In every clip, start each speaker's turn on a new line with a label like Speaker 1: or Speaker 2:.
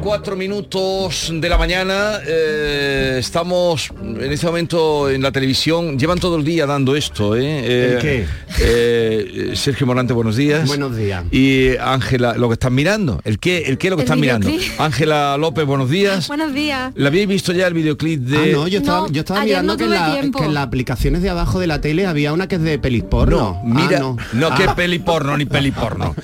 Speaker 1: cuatro minutos de la mañana, eh, estamos en este momento en la televisión, llevan todo el día dando esto, ¿eh? Eh,
Speaker 2: ¿El qué?
Speaker 1: eh, Sergio Morante, buenos días.
Speaker 2: Buenos días.
Speaker 1: Y Ángela, lo que están mirando, ¿el qué, el qué es lo que
Speaker 3: El
Speaker 1: están mirando?
Speaker 3: videoclip.
Speaker 1: Ángela López, buenos días.
Speaker 3: Buenos días.
Speaker 1: ¿La habéis visto ya el videoclip de...?
Speaker 2: Ah, no, yo estaba,
Speaker 3: No,
Speaker 2: yo estaba
Speaker 3: ayer
Speaker 2: mirando
Speaker 3: no
Speaker 2: que, en
Speaker 3: tuve
Speaker 2: la-
Speaker 3: tiempo.
Speaker 2: que en las aplicaciones de abajo de la tele había una que es de pelis porno. Ah,
Speaker 1: Mira,
Speaker 2: no.
Speaker 1: no, que
Speaker 2: Ah,
Speaker 1: peli porno ni peli porno.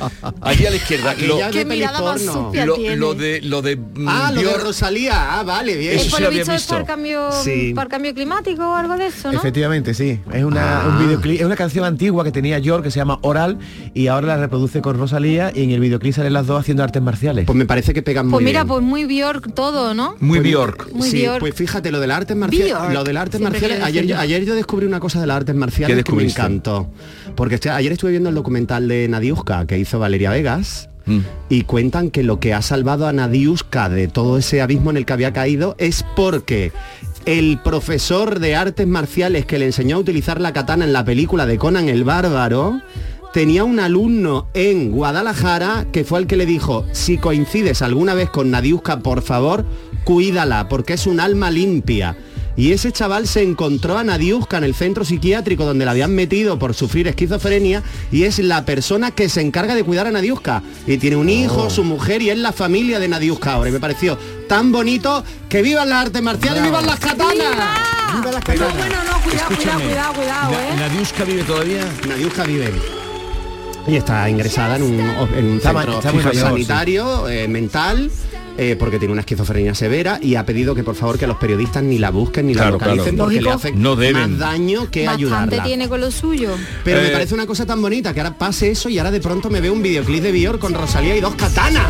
Speaker 1: Allí a la izquierda,
Speaker 2: aquella
Speaker 1: lo,
Speaker 2: es de
Speaker 3: Qué
Speaker 2: pelis
Speaker 3: mirada más
Speaker 2: porno.
Speaker 3: sucia.
Speaker 1: lo-
Speaker 3: tiene.
Speaker 1: lo de lo de mm,
Speaker 2: Ah, lo de
Speaker 1: Björk,
Speaker 2: Rosalía. Ah, vale, bien.
Speaker 1: Eso
Speaker 3: Es
Speaker 1: sí
Speaker 3: por
Speaker 1: lo
Speaker 3: lo
Speaker 1: había
Speaker 3: visto es por
Speaker 1: visto.
Speaker 3: cambio,
Speaker 2: Sí.
Speaker 3: por cambio climático o algo de eso, ¿no?
Speaker 4: Efectivamente, sí. Es una,
Speaker 2: Ah.
Speaker 4: un videoclip, es una canción antigua que tenía York que se llama Oral y ahora la reproduce con Rosalía y en el videoclip salen las dos haciendo artes marciales.
Speaker 2: Pues me parece que pegan
Speaker 3: Pues
Speaker 2: muy
Speaker 3: mira,
Speaker 2: bien. Pues
Speaker 3: pues muy Bjork todo, ¿no?
Speaker 1: muy Bjork.
Speaker 3: Muy
Speaker 2: sí,
Speaker 3: Bjork.
Speaker 2: pues fíjate, lo del arte marcial,
Speaker 3: Bjork.
Speaker 2: lo del arte
Speaker 3: Siempre
Speaker 2: marcial,
Speaker 3: quiero
Speaker 2: ayer,
Speaker 3: decir
Speaker 2: yo-
Speaker 3: yo.
Speaker 2: ayer yo descubrí una cosa de las artes
Speaker 1: ¿Qué
Speaker 2: marciales que me
Speaker 1: descubriste?
Speaker 2: encantó. Porque este- ayer estuve viendo el documental de Nadiuska que hizo Valeria Vegas
Speaker 1: Mm.
Speaker 2: y cuentan que lo que ha salvado a Nadiuska de todo ese abismo en el que había caído es porque el profesor de artes marciales que le enseñó a utilizar la katana en la película de Conan el Bárbaro tenía un alumno en Guadalajara que fue el que le dijo, si coincides alguna vez con Nadiuska, por favor, cuídala, porque es un alma limpia. Y ese chaval se encontró a Nadiuska en el centro psiquiátrico donde la habían metido por sufrir esquizofrenia y es la persona que se encarga de cuidar a Nadiuska. Y tiene un
Speaker 1: Oh.
Speaker 2: hijo, su mujer y es la familia de Nadiuska ahora. Y me pareció tan bonito que vivan las artes marciales, vivan las katanas.
Speaker 3: ¡Viva! No, bueno, no, cuidado, cuidado,
Speaker 1: Escúchame,
Speaker 3: cuidado, cuidado,
Speaker 1: ¿Na-
Speaker 3: ¿eh?
Speaker 1: ¿Nadiuska vive todavía?
Speaker 2: Nadiuska vive. Y está ingresada en un, en un
Speaker 4: Está ma-
Speaker 2: centro
Speaker 4: está muy mayor,
Speaker 2: sanitario, eh, mental, eh, porque tiene una esquizofrenia severa y ha pedido que por favor que los periodistas ni la busquen ni
Speaker 1: Claro,
Speaker 2: la localicen
Speaker 1: claro.
Speaker 2: porque le
Speaker 3: Lógico.
Speaker 2: hacen
Speaker 1: No deben.
Speaker 2: más daño que
Speaker 3: Bastante
Speaker 2: ayudarla.
Speaker 3: tiene con lo suyo.
Speaker 2: Pero me
Speaker 1: Eh,
Speaker 2: parece una cosa tan bonita que ahora pase eso y ahora de pronto me veo un videoclip de Bior con Rosalía y dos katanas.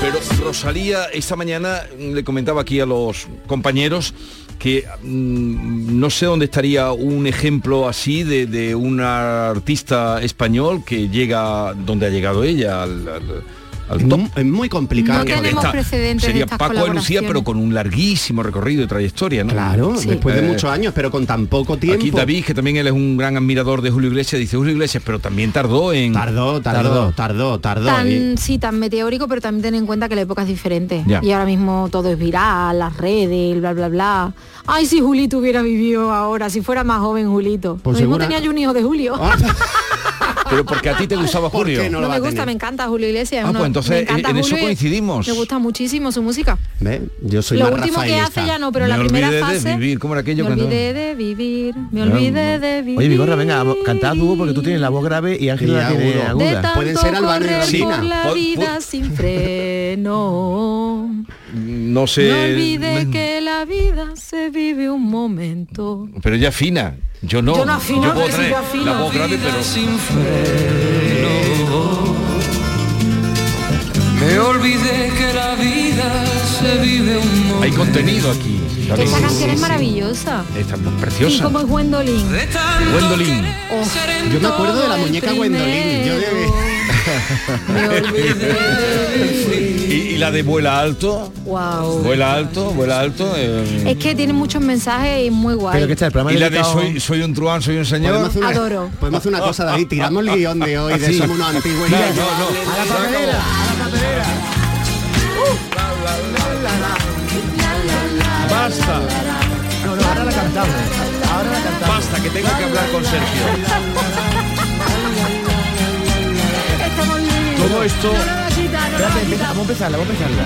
Speaker 1: Pero Rosalía esta mañana mm, le comentaba aquí a los compañeros que mm, no sé dónde estaría un ejemplo así de, de un artista español que llega donde ha llegado ella, al, al- al top.
Speaker 2: Es muy complicado.
Speaker 3: No
Speaker 1: Porque
Speaker 3: tenemos
Speaker 1: está-
Speaker 3: precedentes de
Speaker 1: Sería
Speaker 3: estas
Speaker 1: Paco de Lucía,
Speaker 3: colaboraciones.
Speaker 1: pero con un larguísimo recorrido y trayectoria, ¿no?
Speaker 2: Claro,
Speaker 3: Sí.
Speaker 2: después de
Speaker 1: Eh,
Speaker 2: muchos años, pero con tan poco tiempo.
Speaker 1: Aquí David, que también él es un gran admirador de Julio Iglesias, dice Julio Iglesias, pero también tardó en...
Speaker 2: Tardó, tardó, tardó, tardó. Y-
Speaker 3: Tan, sí, tan meteórico, pero también ten en cuenta que la época es diferente.
Speaker 1: Ya.
Speaker 3: Y ahora mismo todo es viral, las redes, bla, bla, bla. Ay, si Julito hubiera vivido ahora, si fuera más joven Julito.
Speaker 2: Pues
Speaker 3: Lo mismo
Speaker 2: segura-
Speaker 3: tenía yo un hijo de Julio.
Speaker 1: Ah, Pero porque a ti te gustaba
Speaker 2: ¿Por
Speaker 1: Julio.
Speaker 2: qué no?
Speaker 3: No,
Speaker 2: lo va
Speaker 3: me
Speaker 2: a
Speaker 3: gusta,
Speaker 2: tener.
Speaker 3: me encanta Julio Iglesias.
Speaker 1: Ah,
Speaker 3: una-
Speaker 1: pues entonces,
Speaker 3: me encanta
Speaker 1: en- en eso
Speaker 3: Julio y
Speaker 1: coincidimos.
Speaker 3: Me gusta muchísimo su música.
Speaker 2: ¿Ve? Yo soy
Speaker 3: Lo
Speaker 2: más
Speaker 3: último que
Speaker 2: rafaelista.
Speaker 3: hace ya no, pero
Speaker 1: Me
Speaker 3: la primera
Speaker 1: olvidé de
Speaker 3: fase.
Speaker 1: vivir, ¿cómo era aquello
Speaker 3: Me
Speaker 1: que no?
Speaker 3: olvidé de vivir, me olvidé de vivir.
Speaker 4: Oye, Vigorra, venga, vamos, cantad dúo porque tú tienes la voz grave y Ángel
Speaker 2: Y
Speaker 4: la tiene
Speaker 2: agudo.
Speaker 3: de
Speaker 4: aguda.
Speaker 3: tanto
Speaker 2: Pueden ser Álvaro y
Speaker 3: correr
Speaker 2: Regina.
Speaker 3: por la
Speaker 1: Pod- pod-
Speaker 3: vida sin freno.
Speaker 1: Mm, No sé...
Speaker 3: No olvide que la vida se vive un momento.
Speaker 1: Pero ella afina. Yo no.
Speaker 3: Yo no afino,
Speaker 1: puedo
Speaker 3: pero sí
Speaker 1: traer
Speaker 3: yo afino.
Speaker 1: La voz grave, pero...
Speaker 5: Me olvidé que la vida se vive un momento.
Speaker 1: Hay contenido aquí. ¿sabes?
Speaker 3: Esa canción es maravillosa.
Speaker 1: Está
Speaker 3: Y
Speaker 1: preciosa.
Speaker 3: como es Gwendolyn.
Speaker 5: De tanto
Speaker 1: Gwendolyn.
Speaker 5: querer ser en
Speaker 2: Yo me acuerdo de la
Speaker 3: Todo el
Speaker 2: muñeca Gwendolyn. Yo de...
Speaker 3: primero. Me olvidé.
Speaker 1: ¿Y, y la de vuela alto.
Speaker 3: Wow.
Speaker 1: Vuela alto, vuela alto. eh,
Speaker 3: Es que tiene muchos mensajes y muy guay.
Speaker 4: Pero que está el programa
Speaker 1: Y la de
Speaker 4: dedicado-
Speaker 1: soy, soy un truán, soy un
Speaker 2: Podemos
Speaker 1: señor.
Speaker 2: hacer una,
Speaker 3: Adoro.
Speaker 2: Podemos hacer una cosa, David. Tiramos el guión de hoy de
Speaker 4: Ah,
Speaker 1: Sí.
Speaker 2: Somos unos antiguos. y
Speaker 1: Claro,
Speaker 2: ya.
Speaker 1: no, no.
Speaker 2: A la papelera.
Speaker 1: Basta,
Speaker 4: No, no, ahora la cantamos. Ahora la cantamos.
Speaker 1: basta, que tengo que hablar con Sergio. Todo esto...
Speaker 4: Espérate, empieza- vamos a empezarla, vamos a empezarla.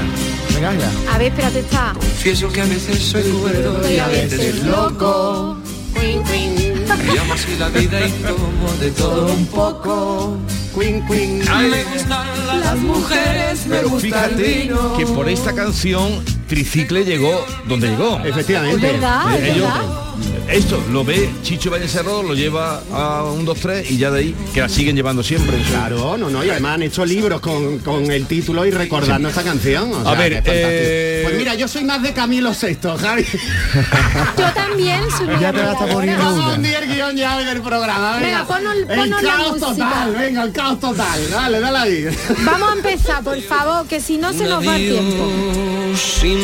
Speaker 4: Venga, Ángela.
Speaker 3: A ver, espérate, está.
Speaker 5: Confieso que a veces soy cuerdo y a veces
Speaker 3: loco.
Speaker 5: Llamo así la vida y tomo de todo un poco.
Speaker 2: Queen, Queen.
Speaker 5: Me gustan las mujeres, me
Speaker 1: Pero
Speaker 5: gusta el
Speaker 1: fíjate
Speaker 5: vino.
Speaker 1: que por esta canción Tricicle llegó donde llegó.
Speaker 2: Efectivamente.
Speaker 3: Es verdad, es
Speaker 1: Ellos-
Speaker 3: verdad.
Speaker 1: esto lo ve Chicho Valle Cerro, lo lleva a un 2-3 y ya de ahí que la siguen llevando siempre. en su-
Speaker 2: Claro, no, no, y además han hecho libros con, con el título y recordando esta canción. o sea,
Speaker 1: ver,
Speaker 2: que es fantástico.
Speaker 1: eh,
Speaker 2: Pues mira, yo soy más de Camilo VI, Javi.
Speaker 3: Yo también soy una
Speaker 4: Ya te vas a
Speaker 3: admiradora.
Speaker 4: poner
Speaker 2: Vamos a hundir el guión ya en el programa. Venga,
Speaker 3: Venga, ponnos- ponnos
Speaker 2: el
Speaker 3: la
Speaker 2: caos
Speaker 3: música.
Speaker 2: total, venga, el caos total. Dale, dale ahí.
Speaker 3: Vamos a empezar, por favor, que si no se nos va el tiempo.
Speaker 5: Adiós, sin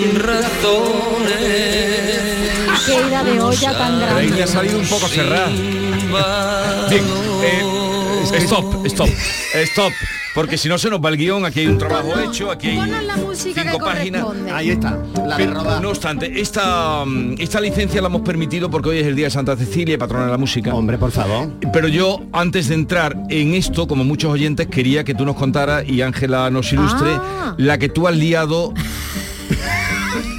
Speaker 5: razones.
Speaker 3: Qué ida de olla tan
Speaker 1: Pero ahí le ha
Speaker 3: grande.
Speaker 1: salido un poco cerrada. Bien, eh, stop, stop, stop. Porque si no se nos va el guión, aquí hay un trabajo hecho, aquí hay
Speaker 3: Ponos la música que
Speaker 1: cinco páginas.
Speaker 3: corresponde.
Speaker 2: Ahí está, la de
Speaker 1: Pero,
Speaker 2: rodar.
Speaker 1: no obstante, esta, mm, esta licencia la hemos permitido porque hoy es el Día de Santa Cecilia, patrona de la música.
Speaker 2: Hombre, por favor.
Speaker 1: Pero yo, antes de entrar en esto, como muchos oyentes, quería que tú nos contaras, y Ángela nos ilustre,
Speaker 3: Ah.
Speaker 1: la que tú has liado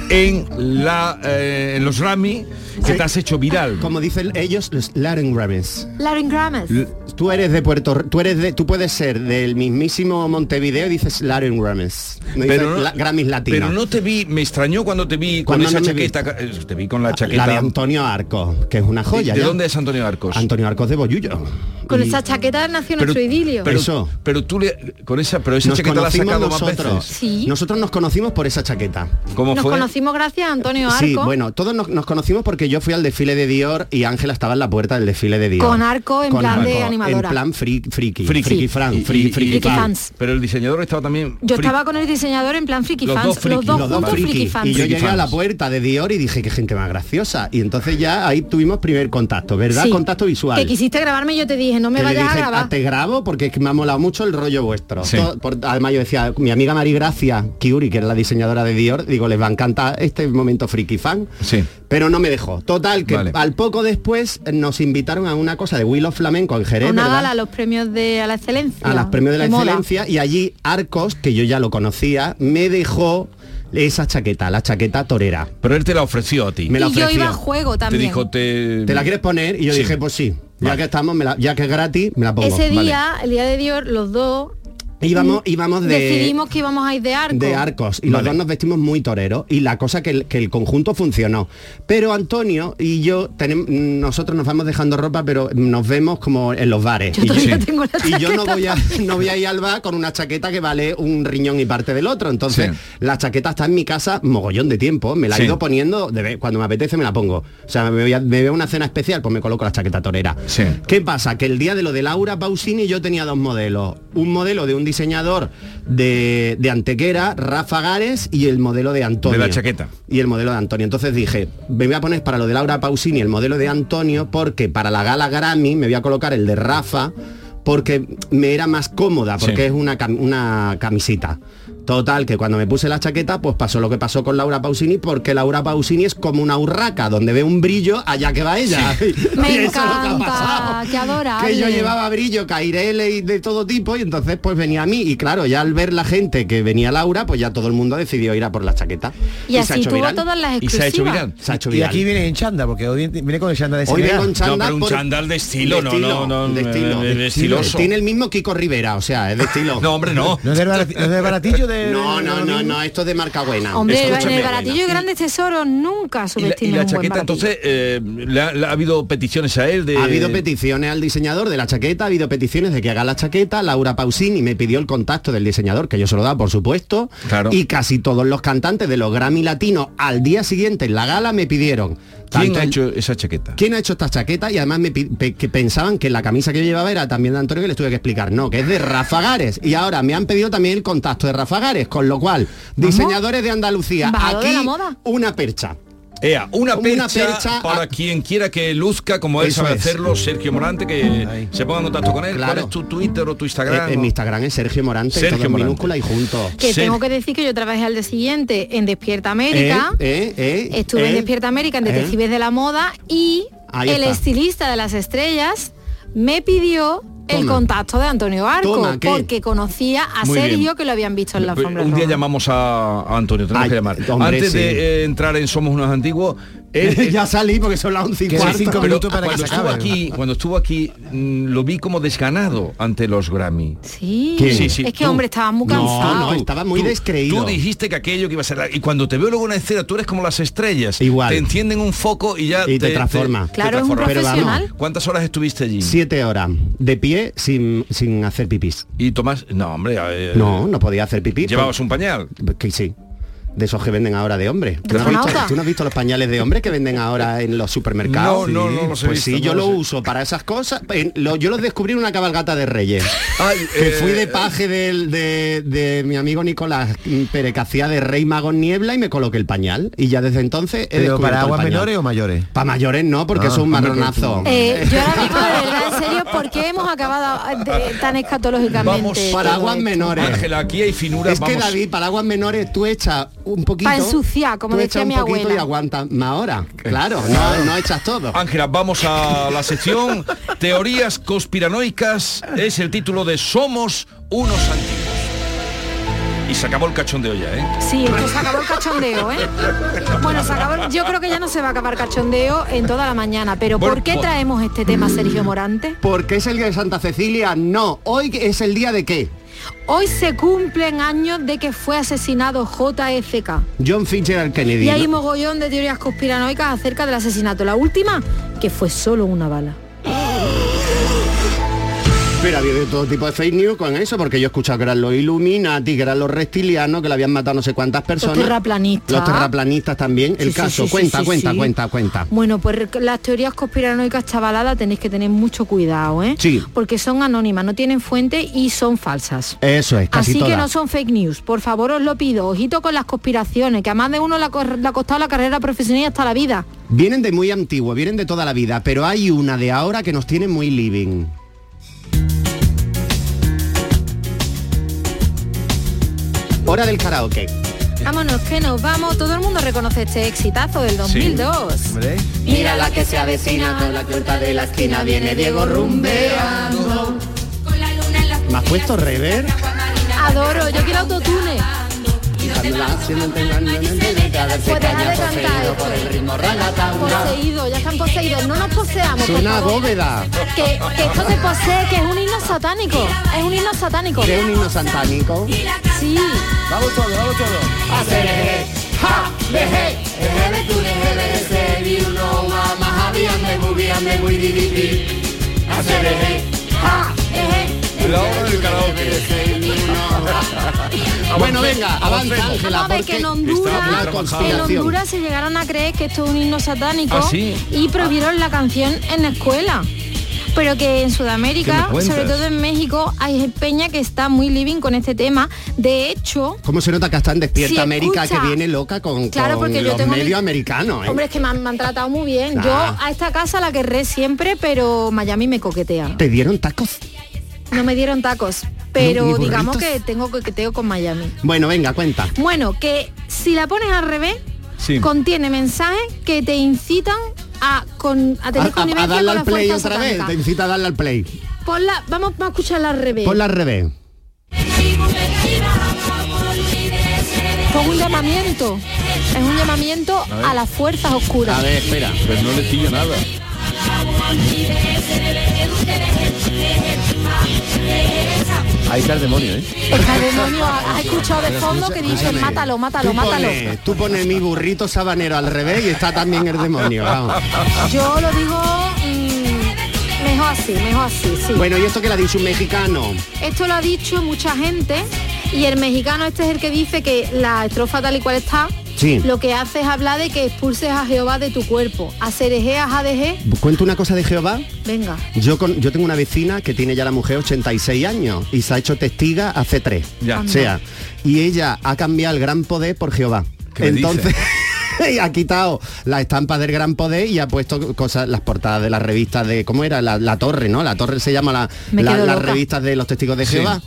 Speaker 1: en, la, eh, en los Grammy, que
Speaker 2: Sí.
Speaker 1: te has hecho viral.
Speaker 2: Como dicen ellos, los Laren Grammys.
Speaker 3: Lauren Grammes.
Speaker 2: Tú eres de Puerto R- tú eres de tú puedes ser del mismísimo Montevideo y dices Laren Grammys. No dices la- Grammys latinos.
Speaker 1: pero no te vi, me extrañó cuando te vi con
Speaker 2: Cuando
Speaker 1: esa
Speaker 2: no me
Speaker 1: chaqueta, eh, te vi con la chaqueta.
Speaker 2: La de Antonio Arcos, que es una joya.
Speaker 1: ¿De
Speaker 2: ya.
Speaker 1: dónde es Antonio Arcos?
Speaker 2: Antonio Arcos de Bollullo.
Speaker 3: Con
Speaker 2: Y
Speaker 3: esa chaqueta nació nuestro idilio.
Speaker 1: Pero,
Speaker 2: Eso.
Speaker 1: pero tú le, con esa, pero esa
Speaker 2: nos
Speaker 1: chaqueta la has
Speaker 2: conocimos
Speaker 1: sacado
Speaker 2: nosotros.
Speaker 1: más veces.
Speaker 3: Sí.
Speaker 2: Nosotros nos conocimos por esa chaqueta.
Speaker 1: ¿Cómo
Speaker 3: nos
Speaker 1: fue?
Speaker 3: conocimos gracias a Antonio Arco.
Speaker 2: Sí, bueno, todos nos, nos conocimos porque yo fui al desfile de Dior y Ángela estaba en la puerta del desfile de Dior.
Speaker 3: Con arco en plan de animadora.
Speaker 2: En plan fri- friki.
Speaker 1: Friki.
Speaker 2: Friki,
Speaker 1: Sí.
Speaker 2: Fran,
Speaker 1: Y-
Speaker 2: fri-
Speaker 1: y-
Speaker 2: friki
Speaker 3: Friki
Speaker 2: fan.
Speaker 3: fans.
Speaker 1: Pero el diseñador estaba también.
Speaker 3: Yo
Speaker 1: friki.
Speaker 3: estaba con el diseñador en plan friki
Speaker 1: Los
Speaker 3: fans,
Speaker 1: dos friki,
Speaker 3: los dos
Speaker 2: Los dos
Speaker 3: juntos
Speaker 1: friki.
Speaker 3: friki,
Speaker 2: Y
Speaker 3: fans.
Speaker 2: yo
Speaker 1: Friki
Speaker 2: llegué a la
Speaker 1: fans.
Speaker 2: puerta de Dior y dije, qué gente más graciosa. Y entonces ya ahí tuvimos primer contacto, ¿verdad?
Speaker 3: Sí.
Speaker 2: Contacto visual.
Speaker 3: Que quisiste grabarme y yo te dije, no me
Speaker 2: que le
Speaker 3: vayas a
Speaker 2: dije,
Speaker 3: grabar.
Speaker 2: "Ah, te grabo porque es que me ha molado mucho el rollo vuestro.
Speaker 1: Sí.
Speaker 2: Todo- por- además yo decía, mi amiga Mari Gracia Kiuri, que era la diseñadora de Dior, digo, les va a encantar este momento friki fan.
Speaker 1: Sí.
Speaker 2: Pero no me dejó. Total, que
Speaker 1: Vale.
Speaker 2: al poco después eh, nos invitaron a una cosa de Will of Flamenco en Jerez,
Speaker 3: una
Speaker 2: ¿verdad?
Speaker 3: gala a los premios de a la excelencia.
Speaker 2: a los premios de la
Speaker 3: moda.
Speaker 2: excelencia y allí Arcos, que yo ya lo conocía, me dejó esa chaqueta, la chaqueta torera.
Speaker 1: Pero él te la ofreció a ti.
Speaker 2: Me la
Speaker 3: y yo
Speaker 2: ofreció.
Speaker 3: iba a juego
Speaker 1: te
Speaker 3: también.
Speaker 1: dijo, te.
Speaker 2: ¿Te la quieres poner? Y yo
Speaker 1: Sí.
Speaker 2: dije, pues sí, ya
Speaker 1: Vale.
Speaker 2: que estamos, me la- ya que es gratis, me la pongo.
Speaker 3: Ese
Speaker 2: Vale. E
Speaker 3: día, el día de Dios, los dos
Speaker 2: íbamos, íbamos de,
Speaker 3: decidimos que íbamos a ir de arco.
Speaker 2: de arcos y los
Speaker 1: Vale.
Speaker 2: dos nos vestimos muy toreros y la cosa que el, que el conjunto funcionó. Pero Antonio y yo, tenem- nosotros nos vamos dejando ropa, pero nos vemos como en los bares.
Speaker 3: Yo
Speaker 2: y,
Speaker 3: todavía
Speaker 1: Sí.
Speaker 3: tengo la
Speaker 2: y yo no
Speaker 3: chaqueta.
Speaker 2: voy, a, no voy a ir al bar con una chaqueta que vale un riñón y parte del otro. Entonces,
Speaker 1: Sí.
Speaker 2: la chaqueta está en mi casa mogollón de tiempo. Me la
Speaker 1: Sí.
Speaker 2: he ido poniendo, de vez- cuando me apetece me la pongo. O sea, me voy a, me veo una cena especial, pues me coloco la chaqueta torera.
Speaker 1: Sí.
Speaker 2: ¿Qué pasa? Que el día de lo de Laura Pausini yo tenía dos modelos. Un modelo de un diseñador de, de Antequera, Rafa Gares, y el modelo de Antonio.
Speaker 1: De la chaqueta.
Speaker 2: Y el modelo de Antonio. Entonces dije, me voy a poner para lo de Laura Pausini el modelo de Antonio, porque para la gala Grammy me voy a colocar el de Rafa, porque me era más cómoda, porque
Speaker 1: Sí.
Speaker 2: es una, cam- una camisita. Total, que cuando me puse la chaqueta, pues pasó lo que pasó con Laura Pausini, porque Laura Pausini es como una urraca, donde ve un brillo, allá que va ella.
Speaker 3: Me
Speaker 2: Y eso es lo que ha
Speaker 3: encanta,
Speaker 2: pasado.
Speaker 3: qué adorable.
Speaker 2: Que yo llevaba brillo, caireles y de todo tipo, y entonces pues venía a mí. Y claro, ya al ver la gente que venía Laura, pues ya todo el mundo decidió ir a por la chaqueta.
Speaker 3: Y, así tuvo
Speaker 2: viral.
Speaker 3: todas las
Speaker 1: Y se ha
Speaker 3: exclusivas.
Speaker 1: hecho viral.
Speaker 2: Se ha hecho
Speaker 4: Y
Speaker 2: viral.
Speaker 4: aquí viene en chanda, porque hoy viene con el chanda de
Speaker 2: Hoy
Speaker 4: Senegal.
Speaker 2: vengo en chándal
Speaker 1: pero un
Speaker 2: por-
Speaker 1: chándal de estilo, no, no, no,
Speaker 2: de estilo,
Speaker 1: eh, de
Speaker 2: de
Speaker 1: estiloso.
Speaker 2: Tiene el mismo Kiko Rivera, o sea, es de estilo.
Speaker 1: No, hombre, no.
Speaker 4: ¿No es del barati- no es del baratillo de...?
Speaker 2: no,
Speaker 4: de-
Speaker 2: no,
Speaker 4: de-
Speaker 2: no, no, esto es de marca buena.
Speaker 3: Hombre, en
Speaker 2: Escúchame,
Speaker 3: el
Speaker 2: buena.
Speaker 3: baratillo y grandes tesoros nunca
Speaker 1: Y la, y
Speaker 3: subestimen
Speaker 1: la
Speaker 3: un buen
Speaker 1: chaqueta,
Speaker 3: baratillo.
Speaker 1: entonces, eh, le ha, le ha habido peticiones a él de...
Speaker 2: Ha habido peticiones al diseñador de la chaqueta, ha habido peticiones de que haga la chaqueta. Laura Pausini me pidió el contacto del diseñador, que yo se lo daba, por supuesto.
Speaker 1: Claro.
Speaker 2: Y casi todos los cantantes de los Grammy Latinos al día siguiente en la gala me pidieron.
Speaker 1: ¿Quién
Speaker 2: Tanto
Speaker 1: ha
Speaker 2: el-
Speaker 1: hecho esa chaqueta?
Speaker 2: ¿Quién ha hecho esta chaqueta? Y además me pi- pe- que pensaban que la camisa que yo llevaba era también de Antonio que les tuve que explicar. No, que es de Rafa Gares. Y ahora me han pedido también el contacto de Rafa Gares, con lo cual, diseñadores de Andalucía,
Speaker 3: Bajado de
Speaker 2: aquí
Speaker 3: la moda.
Speaker 2: una percha.
Speaker 1: Ea, una
Speaker 2: Una
Speaker 1: percha,
Speaker 2: percha
Speaker 1: para
Speaker 2: a-
Speaker 1: quien quiera que luzca como él
Speaker 2: Eso
Speaker 1: sabe
Speaker 2: es.
Speaker 1: hacerlo, Sergio Morante, que
Speaker 4: Ahí.
Speaker 1: se ponga en contacto con él. ¿Cuál
Speaker 2: Claro.
Speaker 1: es tu Twitter o tu
Speaker 2: Eh,
Speaker 1: Instagram?
Speaker 2: En mi Instagram es Sergio Morante,
Speaker 1: Sergio
Speaker 2: todo en
Speaker 1: Morante.
Speaker 2: minúscula y juntos.
Speaker 3: Que
Speaker 1: Sí.
Speaker 3: tengo que decir que yo trabajé al día siguiente en Despierta América.
Speaker 2: Eh, eh, eh,
Speaker 3: Estuve en
Speaker 2: eh,
Speaker 3: Despierta América, en
Speaker 2: eh.
Speaker 3: Detectives de la Moda y
Speaker 2: Ahí
Speaker 3: el
Speaker 2: está.
Speaker 3: estilista de las estrellas me pidió el
Speaker 2: Toma.
Speaker 3: contacto de Antonio Arco
Speaker 2: Toma, ¿qué?
Speaker 3: porque conocía a
Speaker 1: Muy
Speaker 3: Sergio
Speaker 1: bien.
Speaker 3: que lo habían visto en la
Speaker 1: Pues,
Speaker 3: alfombra
Speaker 1: un día
Speaker 3: roja.
Speaker 1: llamamos a, a Antonio, tenemos
Speaker 2: Ay,
Speaker 1: que llamar.
Speaker 2: hombre,
Speaker 1: Antes
Speaker 2: sí.
Speaker 1: de eh, entrar en Somos unos antiguos,
Speaker 2: Eh, ya salí porque son las 11 y
Speaker 4: Quedan
Speaker 2: cuarto.
Speaker 4: cinco
Speaker 2: Pero-
Speaker 4: minutos para que
Speaker 1: cuando
Speaker 4: se
Speaker 1: estuvo
Speaker 4: acabe.
Speaker 1: aquí, cuando estuvo aquí, mm, lo vi como desganado ante los Grammy.
Speaker 3: Sí.
Speaker 2: ¿Quién?
Speaker 1: Sí, sí,
Speaker 3: es que,
Speaker 1: tú.
Speaker 3: hombre, estaba muy
Speaker 2: No,
Speaker 3: cansado.
Speaker 2: no, estaba muy
Speaker 1: Tú-
Speaker 2: descreído.
Speaker 1: Tú dijiste que aquello que iba a ser... la- Y cuando te veo luego en la escena, tú eres como las estrellas.
Speaker 2: Igual.
Speaker 1: Te encienden un foco y ya...
Speaker 2: Y te transforma.
Speaker 3: Claro, es un
Speaker 1: transforma.
Speaker 2: Pero vamos.
Speaker 3: profesional.
Speaker 1: ¿Cuántas horas estuviste allí?
Speaker 2: Siete horas de pie sin, sin hacer pipis.
Speaker 1: Y Tomás... No, hombre... eh,
Speaker 2: No, no podía hacer pipí.
Speaker 1: Llevabas un pañal.
Speaker 2: Pues Que sí. De esos que venden ahora de hombre. ¿Tú no, has visto,
Speaker 3: Astronauta.
Speaker 2: tú no has visto los pañales de hombre que venden ahora en los supermercados?
Speaker 1: No, no, no los he
Speaker 2: Pues
Speaker 1: visto,
Speaker 2: sí,
Speaker 1: no
Speaker 2: yo
Speaker 1: los
Speaker 2: lo
Speaker 1: he-
Speaker 2: uso para esas cosas. En- lo- yo los descubrí en una cabalgata de reyes.
Speaker 1: Ay,
Speaker 2: que
Speaker 1: eh,
Speaker 2: fui de paje del- de, de mi amigo Nicolás mm, Pérez, que hacía de rey mago en niebla y me coloqué el pañal. Y ya desde entonces he
Speaker 4: ¿Pero
Speaker 2: descubierto
Speaker 4: para
Speaker 2: el
Speaker 4: aguas
Speaker 2: pañal.
Speaker 4: menores o mayores?
Speaker 2: Para mayores no, porque
Speaker 4: Ah,
Speaker 2: eso es un
Speaker 4: hombre, que-
Speaker 2: marronazo.
Speaker 3: Eh, yo ahora mismo, de verdad, en serio, ¿por qué hemos acabado eh, de- tan escatológicamente?
Speaker 1: Vamos
Speaker 3: todo
Speaker 2: Paraguas
Speaker 3: esto?
Speaker 2: menores.
Speaker 1: Ángela, aquí hay finura.
Speaker 2: Es que
Speaker 1: vamos.
Speaker 2: David, paraguas menores, tú echas un poquito.
Speaker 3: Pa' ensuciar, como
Speaker 2: tú
Speaker 3: decía
Speaker 2: echas un
Speaker 3: mi
Speaker 2: poquito
Speaker 3: abuela.
Speaker 2: Y aguantas más ahora. Claro, no, no echas todo.
Speaker 1: Ángela, vamos a la sección Teorías conspiranoicas. Es el título de Somos unos antiguos. Y se acabó el cachón de olla, ¿eh?
Speaker 3: Sí, esto se acabó el cachondeo, ¿eh? Bueno, se acabó, el- yo creo que ya no se va a acabar cachondeo en toda la mañana, pero
Speaker 1: Bueno,
Speaker 3: ¿por qué
Speaker 1: bueno.
Speaker 3: traemos este tema, Sergio Morante?
Speaker 2: Porque es el día de Santa Cecilia, no. Hoy es el día de qué?
Speaker 3: Hoy se cumplen años de que fue asesinado JFK.
Speaker 2: John Fitzgerald Kennedy.
Speaker 3: Y hay
Speaker 2: ¿no?
Speaker 3: mogollón de teorías conspiranoicas acerca del asesinato. La última, que fue solo una bala.
Speaker 2: Pero ha habido todo tipo de fake news con eso, porque yo he escuchado que eran los Illuminati, que eran los reptilianos, que le habían matado no sé cuántas personas.
Speaker 3: terraplanistas.
Speaker 2: Los terraplanistas también. El
Speaker 3: Sí, sí,
Speaker 2: caso,
Speaker 3: sí, sí,
Speaker 2: cuenta,
Speaker 3: sí,
Speaker 2: cuenta,
Speaker 3: sí.
Speaker 2: cuenta, cuenta.
Speaker 3: Bueno, pues rec- las teorías conspiranoicas chavaladas tenéis que tener mucho cuidado, ¿eh?
Speaker 2: Sí.
Speaker 3: Porque son anónimas, no tienen fuente y son falsas.
Speaker 2: Eso es, casi
Speaker 3: Así
Speaker 2: todas.
Speaker 3: que no son fake news, por favor os lo pido, ojito con las conspiraciones, que a más de uno le ha cor- le ha costado la carrera profesional y hasta la vida.
Speaker 2: Vienen de muy antiguo, vienen de toda la vida, pero hay una de ahora que nos tiene muy living. Hora del karaoke.
Speaker 3: Vámonos, que nos vamos, todo el mundo reconoce este exitazo del 2002.
Speaker 4: Hombre.
Speaker 3: Mira la que se avecina, con la puerta de la esquina viene Diego rumbeando.
Speaker 2: ¿Me has puesto rever?
Speaker 3: Adoro, yo quiero autotune. Pues deja de cantar esto. Poseído, ya están poseídos, no nos poseamos. por
Speaker 2: Suena a
Speaker 3: favor.
Speaker 2: bóveda.
Speaker 3: Que, que esto se posee, que es un himno satánico. Es un himno satánico.
Speaker 2: De un himno santánico.
Speaker 3: Sí.
Speaker 4: Vamos todos, vamos todos.
Speaker 1: La hora del karaoke.
Speaker 2: Bueno, venga, avanza Ángela,
Speaker 3: Vamos a ver
Speaker 2: porque
Speaker 3: que en Honduras,
Speaker 2: la
Speaker 3: en
Speaker 2: conspiración.
Speaker 3: Honduras se llegaron a creer que esto es un himno satánico
Speaker 1: Ah, sí.
Speaker 3: y prohibieron la canción en la escuela. Pero que en
Speaker 1: ¿Qué
Speaker 3: Sudamérica,
Speaker 1: me cuentas?
Speaker 3: sobre todo en México, hay peña que está muy living con este tema. De hecho,
Speaker 2: ¿Cómo se nota que está en Despierta
Speaker 3: Sí,
Speaker 2: América, que
Speaker 3: escucha.
Speaker 2: viene loca con,
Speaker 3: Claro,
Speaker 2: con
Speaker 3: porque yo
Speaker 2: los
Speaker 3: tengo mi-
Speaker 2: medios americanos? ¿eh?
Speaker 3: Hombre, es que me han, me han tratado muy bien.
Speaker 2: Ah.
Speaker 3: Yo a esta casa la querré siempre, pero Miami me coquetea.
Speaker 2: ¿Te dieron tacos?
Speaker 3: No me dieron tacos,
Speaker 2: ¿Ni- ni
Speaker 3: pero
Speaker 2: burritos?
Speaker 3: digamos que tengo coqueteo con Miami.
Speaker 2: Bueno, venga, cuenta.
Speaker 3: Bueno, que si la pones al revés,
Speaker 1: Sí.
Speaker 3: contiene mensajes que te incitan a, con, a
Speaker 2: A,
Speaker 3: tener
Speaker 2: a- a
Speaker 3: connivencia con
Speaker 2: darle
Speaker 3: la
Speaker 2: al play
Speaker 3: fuerza
Speaker 2: otra vez,
Speaker 3: satánica.
Speaker 2: te incita a darle al play.
Speaker 3: Ponla- vamos a escucharla al revés.
Speaker 2: Ponla al revés.
Speaker 3: Con un llamamiento. Es un llamamiento a, las fuerzas oscuras.
Speaker 2: A ver, espera.
Speaker 1: Pero Pues no le pillo nada.
Speaker 4: Ahí está el demonio, ¿eh?
Speaker 3: Está el demonio, ha ha escuchado de fondo que dice, mátalo, mátalo,
Speaker 2: Tú
Speaker 3: mátalo.
Speaker 2: pones, tú pones mi burrito sabanero al revés y está también el demonio. vamos.
Speaker 3: Yo lo digo mm, mejor así, mejor así, sí.
Speaker 2: Bueno, y esto que la dice un mexicano.
Speaker 3: Esto lo ha dicho mucha gente y el mexicano este es el que dice que la estrofa tal y cual está,
Speaker 2: Sí.
Speaker 3: lo que hace es hablar de que expulses a Jehová de tu cuerpo. A Cereje, a Jadeje,
Speaker 2: Cuento una cosa de Jehová.
Speaker 3: venga.
Speaker 2: Yo, con- yo tengo una vecina que tiene ya la mujer 86 años y se ha hecho testiga hace tres.
Speaker 1: Ya.
Speaker 2: O sea, y ella ha cambiado el gran poder por Jehová.
Speaker 1: ¿Qué me
Speaker 2: Entonces, y ha quitado la estampa del gran poder y ha puesto cosas, las portadas de las revistas de, ¿cómo era? La, la torre, ¿no? La torre se llama la,
Speaker 3: Me
Speaker 2: la-
Speaker 3: quedo
Speaker 2: las
Speaker 3: loca.
Speaker 2: revistas de los testigos de
Speaker 1: Sí.
Speaker 2: Jehová.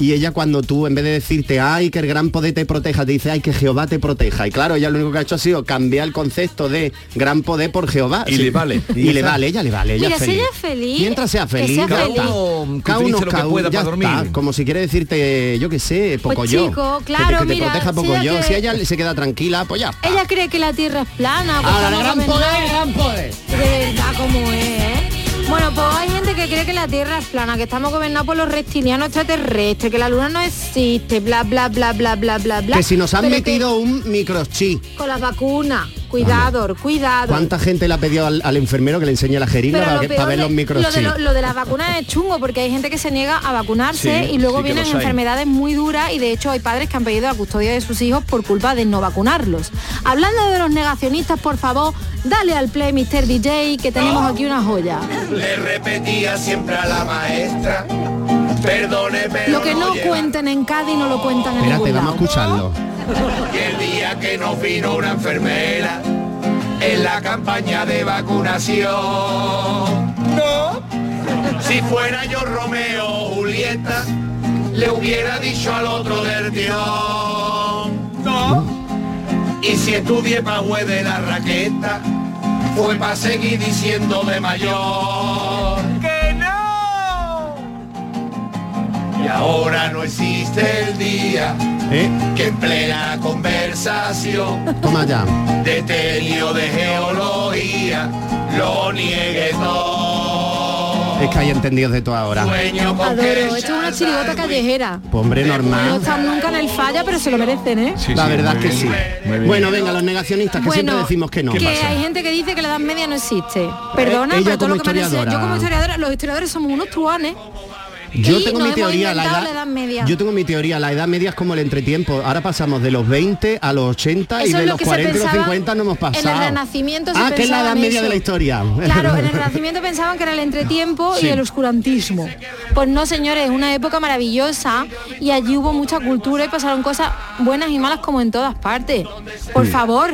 Speaker 2: Y ella cuando tú, en vez de decirte, ay, que el gran poder te proteja, te dice, ay, que Jehová te proteja. Y claro, ella lo único que ha hecho ha sido cambiar el concepto de gran poder por Jehová.
Speaker 1: Y le vale.
Speaker 2: Y le vale, ella le vale. Ella
Speaker 3: Mira,
Speaker 2: es
Speaker 3: si
Speaker 2: feliz.
Speaker 3: ella es feliz,
Speaker 2: Mientras sea
Speaker 3: que
Speaker 2: feliz.
Speaker 3: sea
Speaker 2: ya
Speaker 3: feliz.
Speaker 2: está.
Speaker 1: Cada uno
Speaker 2: Cada
Speaker 1: utilice
Speaker 2: uno,
Speaker 1: lo que
Speaker 2: cada uno,
Speaker 1: pueda
Speaker 2: ya
Speaker 1: para dormir.
Speaker 2: está. Como si quiere decirte, yo qué sé, poco yo.
Speaker 3: Pues
Speaker 2: Que
Speaker 3: chico,
Speaker 2: te-
Speaker 3: claro,
Speaker 2: que te,
Speaker 3: mira,
Speaker 2: proteja
Speaker 3: si
Speaker 2: poco
Speaker 3: ella
Speaker 2: yo.
Speaker 3: cree-
Speaker 2: Si ella se queda tranquila, pues ya. está.
Speaker 3: Ella cree que que la tierra es plana. pues
Speaker 2: Ahora,
Speaker 3: estamos
Speaker 2: gran
Speaker 3: gobernados.
Speaker 2: poder, gran poder.
Speaker 3: De verdad, como es, ¿eh? Bueno, pues hay gente que cree que la Tierra es plana, que estamos gobernados por los reptilianos extraterrestres, que la Luna no existe, bla, bla, bla, bla, bla, bla, bla.
Speaker 2: Que si nos han
Speaker 3: Pero que
Speaker 2: metido un microchip.
Speaker 3: Con las vacunas, cuidado, cuidado.
Speaker 2: ¿Cuánta gente le ha pedido al, al enfermero que le enseñe la jeringa
Speaker 3: Pero
Speaker 2: para,
Speaker 3: lo
Speaker 2: que-
Speaker 3: peor
Speaker 2: para ver
Speaker 3: de-
Speaker 2: los
Speaker 3: lo, de
Speaker 2: microchips?
Speaker 3: lo- lo de la vacuna es chungo porque hay gente que se niega a vacunarse
Speaker 1: Sí,
Speaker 3: y luego
Speaker 1: sí que
Speaker 3: vienen
Speaker 1: los hay.
Speaker 3: enfermedades muy duras y de hecho hay padres que han pedido la custodia de sus hijos por culpa de no vacunarlos. Hablando de los negacionistas, por favor, dale al play Mr. DJ que tenemos aquí una joya.
Speaker 6: Le repetía siempre a la maestra, perdone, pero
Speaker 3: Lo que no
Speaker 6: llega".
Speaker 3: cuenten en Cádiz no lo cuentan en
Speaker 2: Espérate,
Speaker 3: ningún
Speaker 2: vamos a
Speaker 3: lado.
Speaker 2: escucharlo.
Speaker 6: Y el día que nos vino una enfermera en la campaña de vacunación. No. Si fuera yo Romeo o Julieta, le hubiera dicho al otro del guión. No. Y si estudié pa' juez de la raqueta, fue pa' seguir diciendo de mayor. ¡Que no! Y ahora no existe el día
Speaker 2: ¿Eh?
Speaker 6: que en plena conversación
Speaker 2: Toma ya.
Speaker 6: de telio de geología lo niegue todo.
Speaker 2: Es que hay entendidos de todo ahora.
Speaker 6: Sueño con
Speaker 3: Adoro,
Speaker 6: que
Speaker 3: esto es una
Speaker 6: Charles
Speaker 3: chirigota
Speaker 6: Darwin
Speaker 3: callejera.
Speaker 2: Pues hombre,
Speaker 3: No
Speaker 2: normal.
Speaker 3: están nunca en el falla, pero se lo merecen, ¿eh?
Speaker 1: Sí,
Speaker 2: La
Speaker 1: sí,
Speaker 2: verdad
Speaker 1: muy
Speaker 2: es que
Speaker 1: bien,
Speaker 2: sí.
Speaker 1: muy bien.
Speaker 2: Bueno, venga, los negacionistas, que siempre decimos que no. Eh,
Speaker 3: Que hay gente que dice que la edad media no existe. Perdona,
Speaker 2: ella
Speaker 3: pero todo
Speaker 2: como
Speaker 3: lo que me han enseñado- Yo
Speaker 2: historiadora.
Speaker 3: como historiadora, los historiadores somos unos truanes.
Speaker 2: Yo
Speaker 3: Y
Speaker 2: tengo
Speaker 3: nos
Speaker 2: mi
Speaker 3: hemos
Speaker 2: teoría, la
Speaker 3: inventado
Speaker 2: edad,
Speaker 3: la edad media.
Speaker 2: Yo tengo mi teoría, la edad media es como el entretiempo. Ahora pasamos de los 20 a los 80 y
Speaker 3: Eso
Speaker 2: de
Speaker 3: es lo
Speaker 2: los
Speaker 3: que se
Speaker 2: 40 a los
Speaker 3: pensaba
Speaker 2: 50 no hemos
Speaker 3: en el
Speaker 2: pasado.
Speaker 3: Renacimiento se
Speaker 2: Ah, que es la
Speaker 3: pensaba
Speaker 2: edad
Speaker 3: en
Speaker 2: media
Speaker 3: eso.
Speaker 2: de la historia.
Speaker 3: Claro, en el Renacimiento pensaban que era el entretiempo y el oscurantismo. Pues no, señores, es una época maravillosa y allí hubo mucha cultura y pasaron cosas buenas y malas como en todas partes. Por favor,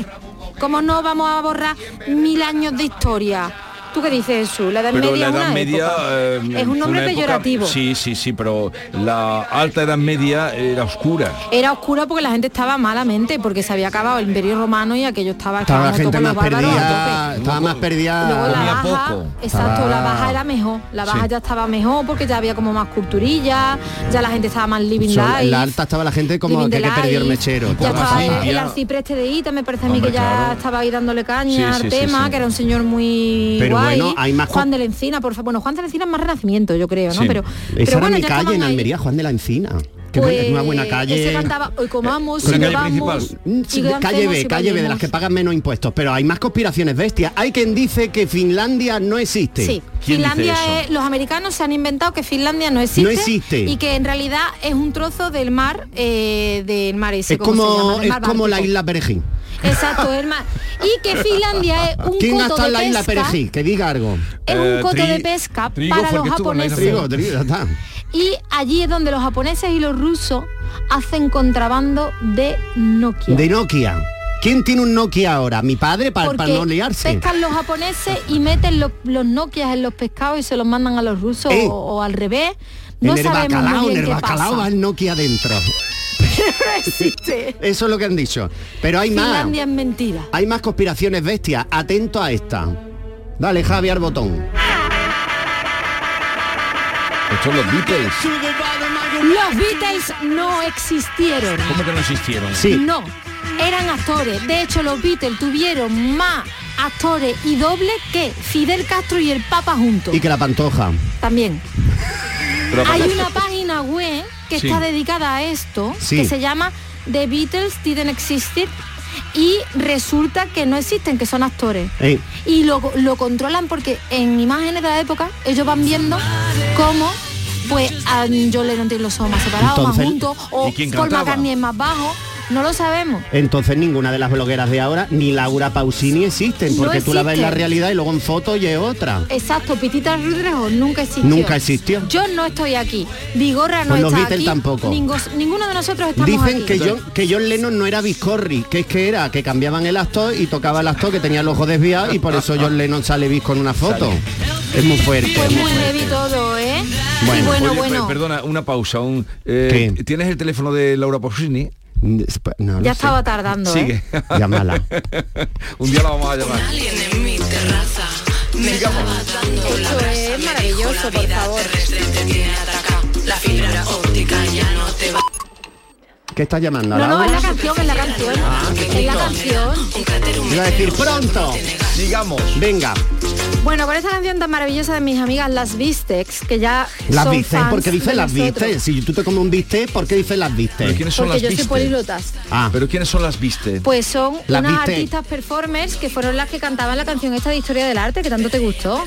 Speaker 3: ¿cómo no vamos a borrar mil años de historia? ¿Tú qué dices, Jesús? La Edad
Speaker 1: Pero
Speaker 3: Media
Speaker 1: la
Speaker 3: es
Speaker 1: Edad
Speaker 3: una
Speaker 1: Media
Speaker 3: época.
Speaker 1: eh,
Speaker 3: es
Speaker 1: fue
Speaker 3: un nombre
Speaker 1: una época-
Speaker 3: peyorativo.
Speaker 1: Sí, sí, sí, pero la alta Edad Media era oscura.
Speaker 3: Era oscura porque la gente estaba malamente, porque se había acabado el Imperio Romano y aquello estaba...
Speaker 2: Estaba la
Speaker 3: estábamos
Speaker 2: gente
Speaker 3: todos
Speaker 2: más
Speaker 3: los bárbaros a tope.
Speaker 2: perdida, estaba más
Speaker 3: Y Luego la
Speaker 2: perdida.
Speaker 1: Comía
Speaker 3: baja,
Speaker 1: poco.
Speaker 3: exacto,
Speaker 2: Estaba-
Speaker 3: la baja era mejor, la baja
Speaker 1: Sí.
Speaker 3: ya estaba mejor porque ya había como más culturilla, ya la gente estaba más living
Speaker 2: Sol-
Speaker 3: life.
Speaker 2: la alta estaba la gente como
Speaker 3: living
Speaker 2: que,
Speaker 3: the
Speaker 2: que perdió el
Speaker 3: life.
Speaker 2: mechero.
Speaker 3: Ya
Speaker 2: Estaba
Speaker 3: estaba
Speaker 2: así.
Speaker 3: el, el
Speaker 1: ya.
Speaker 3: arcipreste de Ita, me parece a mí
Speaker 1: Hombre,
Speaker 3: que ya
Speaker 1: claro.
Speaker 3: estaba ahí dándole caña
Speaker 1: Sí, sí,
Speaker 3: al
Speaker 1: sí,
Speaker 3: tema,
Speaker 1: sí.
Speaker 3: que era un señor muy
Speaker 2: Pero
Speaker 3: guay.
Speaker 2: bueno, hay más
Speaker 3: Juan
Speaker 2: co-
Speaker 3: de la Encina, por favor. Bueno, Juan de la Encina es más renacimiento, yo creo, ¿no?
Speaker 1: Sí.
Speaker 3: Pero,
Speaker 2: Esa
Speaker 3: pero
Speaker 2: era
Speaker 3: bueno,
Speaker 2: mi
Speaker 3: ya
Speaker 2: calle
Speaker 3: estaban
Speaker 2: en
Speaker 3: ahí.
Speaker 2: Almería, Juan de la Encina. Que es una buena
Speaker 3: Pues,
Speaker 2: calle.
Speaker 3: Ese cantaba, hoy comamos,
Speaker 1: Una
Speaker 3: y
Speaker 1: Eh, calle
Speaker 3: bebamos,
Speaker 1: principal.
Speaker 2: Mm,
Speaker 3: y
Speaker 2: sí, de- Calle
Speaker 3: dancemos y
Speaker 2: B, calle B, de las
Speaker 3: bailemos.
Speaker 2: que pagan menos impuestos. Pero hay más conspiraciones bestias. Hay quien dice que Finlandia no existe.
Speaker 3: Sí,
Speaker 1: ¿Quién dice
Speaker 3: Finlandia
Speaker 1: eso?
Speaker 3: es, los americanos se han inventado que Finlandia no existe,
Speaker 2: No existe.
Speaker 3: y que en realidad es un trozo del mar eh, del mar ese,
Speaker 2: Es
Speaker 3: ¿cómo se llama?
Speaker 2: como,
Speaker 3: Del
Speaker 2: es
Speaker 3: mar
Speaker 2: como la
Speaker 3: Báltico.
Speaker 2: isla Perejil.
Speaker 3: Exacto, el mar. Y que Finlandia es un
Speaker 2: ¿Quién ha estado
Speaker 3: coto de
Speaker 2: en la isla
Speaker 3: pesca.
Speaker 2: Perejil? Que diga algo.
Speaker 3: Es un
Speaker 1: Eh,
Speaker 3: coto
Speaker 1: tri-
Speaker 3: de pesca
Speaker 1: trigo
Speaker 3: para
Speaker 1: fue el
Speaker 3: los
Speaker 1: que estuvo en la isla
Speaker 2: Trigo,
Speaker 3: japoneses.
Speaker 2: trigo, ya está.
Speaker 3: Y allí es donde los japoneses y los rusos hacen contrabando de Nokia.
Speaker 2: De Nokia. ¿Quién tiene un Nokia ahora? ¿Mi padre? Para
Speaker 3: Porque
Speaker 2: no liarse.
Speaker 3: pescan los japoneses y meten los, los Nokias en los pescados y se los mandan a los rusos
Speaker 2: Eh.
Speaker 3: o, o al revés. No
Speaker 2: en el
Speaker 3: sabemos
Speaker 2: bacalao,
Speaker 3: muy bien
Speaker 2: en el
Speaker 3: qué
Speaker 2: bacalao
Speaker 3: pasa.
Speaker 2: va el Nokia dentro.
Speaker 3: existe.
Speaker 2: Eso es lo que han dicho. Pero hay más.
Speaker 3: Finlandia es mentira.
Speaker 2: Hay más conspiraciones bestias. Atento a esta. Dale, Javier Botón.
Speaker 1: Estos son los Beatles.
Speaker 3: Los Beatles no existieron.
Speaker 1: ¿Cómo que no existieron?
Speaker 2: Sí.
Speaker 3: No, eran actores. De hecho, los Beatles tuvieron más actores y dobles que Fidel Castro y el Papa juntos.
Speaker 2: Y que la pantoja.
Speaker 3: También.
Speaker 1: Pero
Speaker 3: Hay
Speaker 1: aparte-
Speaker 3: una página web que
Speaker 1: Sí.
Speaker 3: está dedicada a esto,
Speaker 2: Sí.
Speaker 3: que se llama The Beatles Didn't Exist y resulta que no existen, que son actores.
Speaker 2: Eh,
Speaker 3: y lo, lo controlan porque en imágenes de la época ellos van viendo cómo pues a John Lennon y los ojos más separados,
Speaker 2: Entonces,
Speaker 3: más juntos, o
Speaker 1: ¿y quién
Speaker 3: Paul
Speaker 1: cantaba?
Speaker 3: McCartney es más bajo, no lo sabemos.
Speaker 2: Entonces ninguna de las blogueras de ahora, ni Laura Pausini existen,
Speaker 3: No
Speaker 2: porque tú la ves en la
Speaker 3: existen.
Speaker 2: realidad y luego en foto y es otra.
Speaker 3: Exacto, Pitita Rodrigo nunca existió.
Speaker 2: Nunca existió.
Speaker 3: Yo no estoy aquí. Vigorra no
Speaker 2: Pues los
Speaker 3: está
Speaker 2: Beatles
Speaker 3: aquí.
Speaker 2: tampoco.
Speaker 3: ningos- ninguno de nosotros estamos
Speaker 2: Dicen
Speaker 3: aquí.
Speaker 2: que John, que John Lennon no era Biscorri, que es que era, que cambiaban el actor y tocaba el actor que tenía el ojo desviado y por eso John Lennon sale bis con una foto. Es muy fuerte.
Speaker 3: Pues muy heavy todo, ¿eh?
Speaker 2: Bueno.
Speaker 3: y bueno,
Speaker 1: Oye,
Speaker 3: bueno.
Speaker 1: per- Perdona, una pausa. Un, eh,
Speaker 2: ¿Qué?
Speaker 1: ¿Tienes el teléfono de Laura Pausini?
Speaker 2: No lo
Speaker 3: ya
Speaker 2: sé.
Speaker 3: estaba tardando, ¿eh?
Speaker 1: Sigue.
Speaker 2: Llámala.
Speaker 1: Un día la vamos a llamar.
Speaker 7: Alguien en mi terraza me estaba dando la
Speaker 3: Esto es
Speaker 7: brasa, me dijo, la
Speaker 3: maravilloso, por
Speaker 7: vida
Speaker 3: favor".
Speaker 7: terrestre te tiene atacado, la fibra óptica ya no te va.
Speaker 2: ¿Qué estás llamando? ¿A la
Speaker 3: No,
Speaker 2: Ah,
Speaker 3: no,
Speaker 2: hora?
Speaker 3: es la canción, es la canción. Es la canción.
Speaker 2: Iba a decir pronto.
Speaker 1: Digamos.
Speaker 2: Venga,
Speaker 3: Bueno, con esta canción tan maravillosa de mis amigas Las Vistex, que ya
Speaker 2: las
Speaker 3: son
Speaker 2: viste, ¿eh?
Speaker 3: fans
Speaker 2: porque dice
Speaker 3: de
Speaker 2: las
Speaker 3: nosotros.
Speaker 2: viste. Si tú te comes un viste, ¿por qué dices las
Speaker 1: ¿Pero
Speaker 2: viste?
Speaker 1: quiénes son
Speaker 3: Porque yo
Speaker 1: las
Speaker 3: soy
Speaker 1: viste?
Speaker 3: políglotas.
Speaker 2: Ah,
Speaker 1: ¿Pero quiénes son las viste?
Speaker 3: Pues son
Speaker 2: Las
Speaker 3: unas
Speaker 2: Vistex.
Speaker 3: artistas performers que fueron las que cantaban la canción esta de Historia del Arte, que tanto te gustó.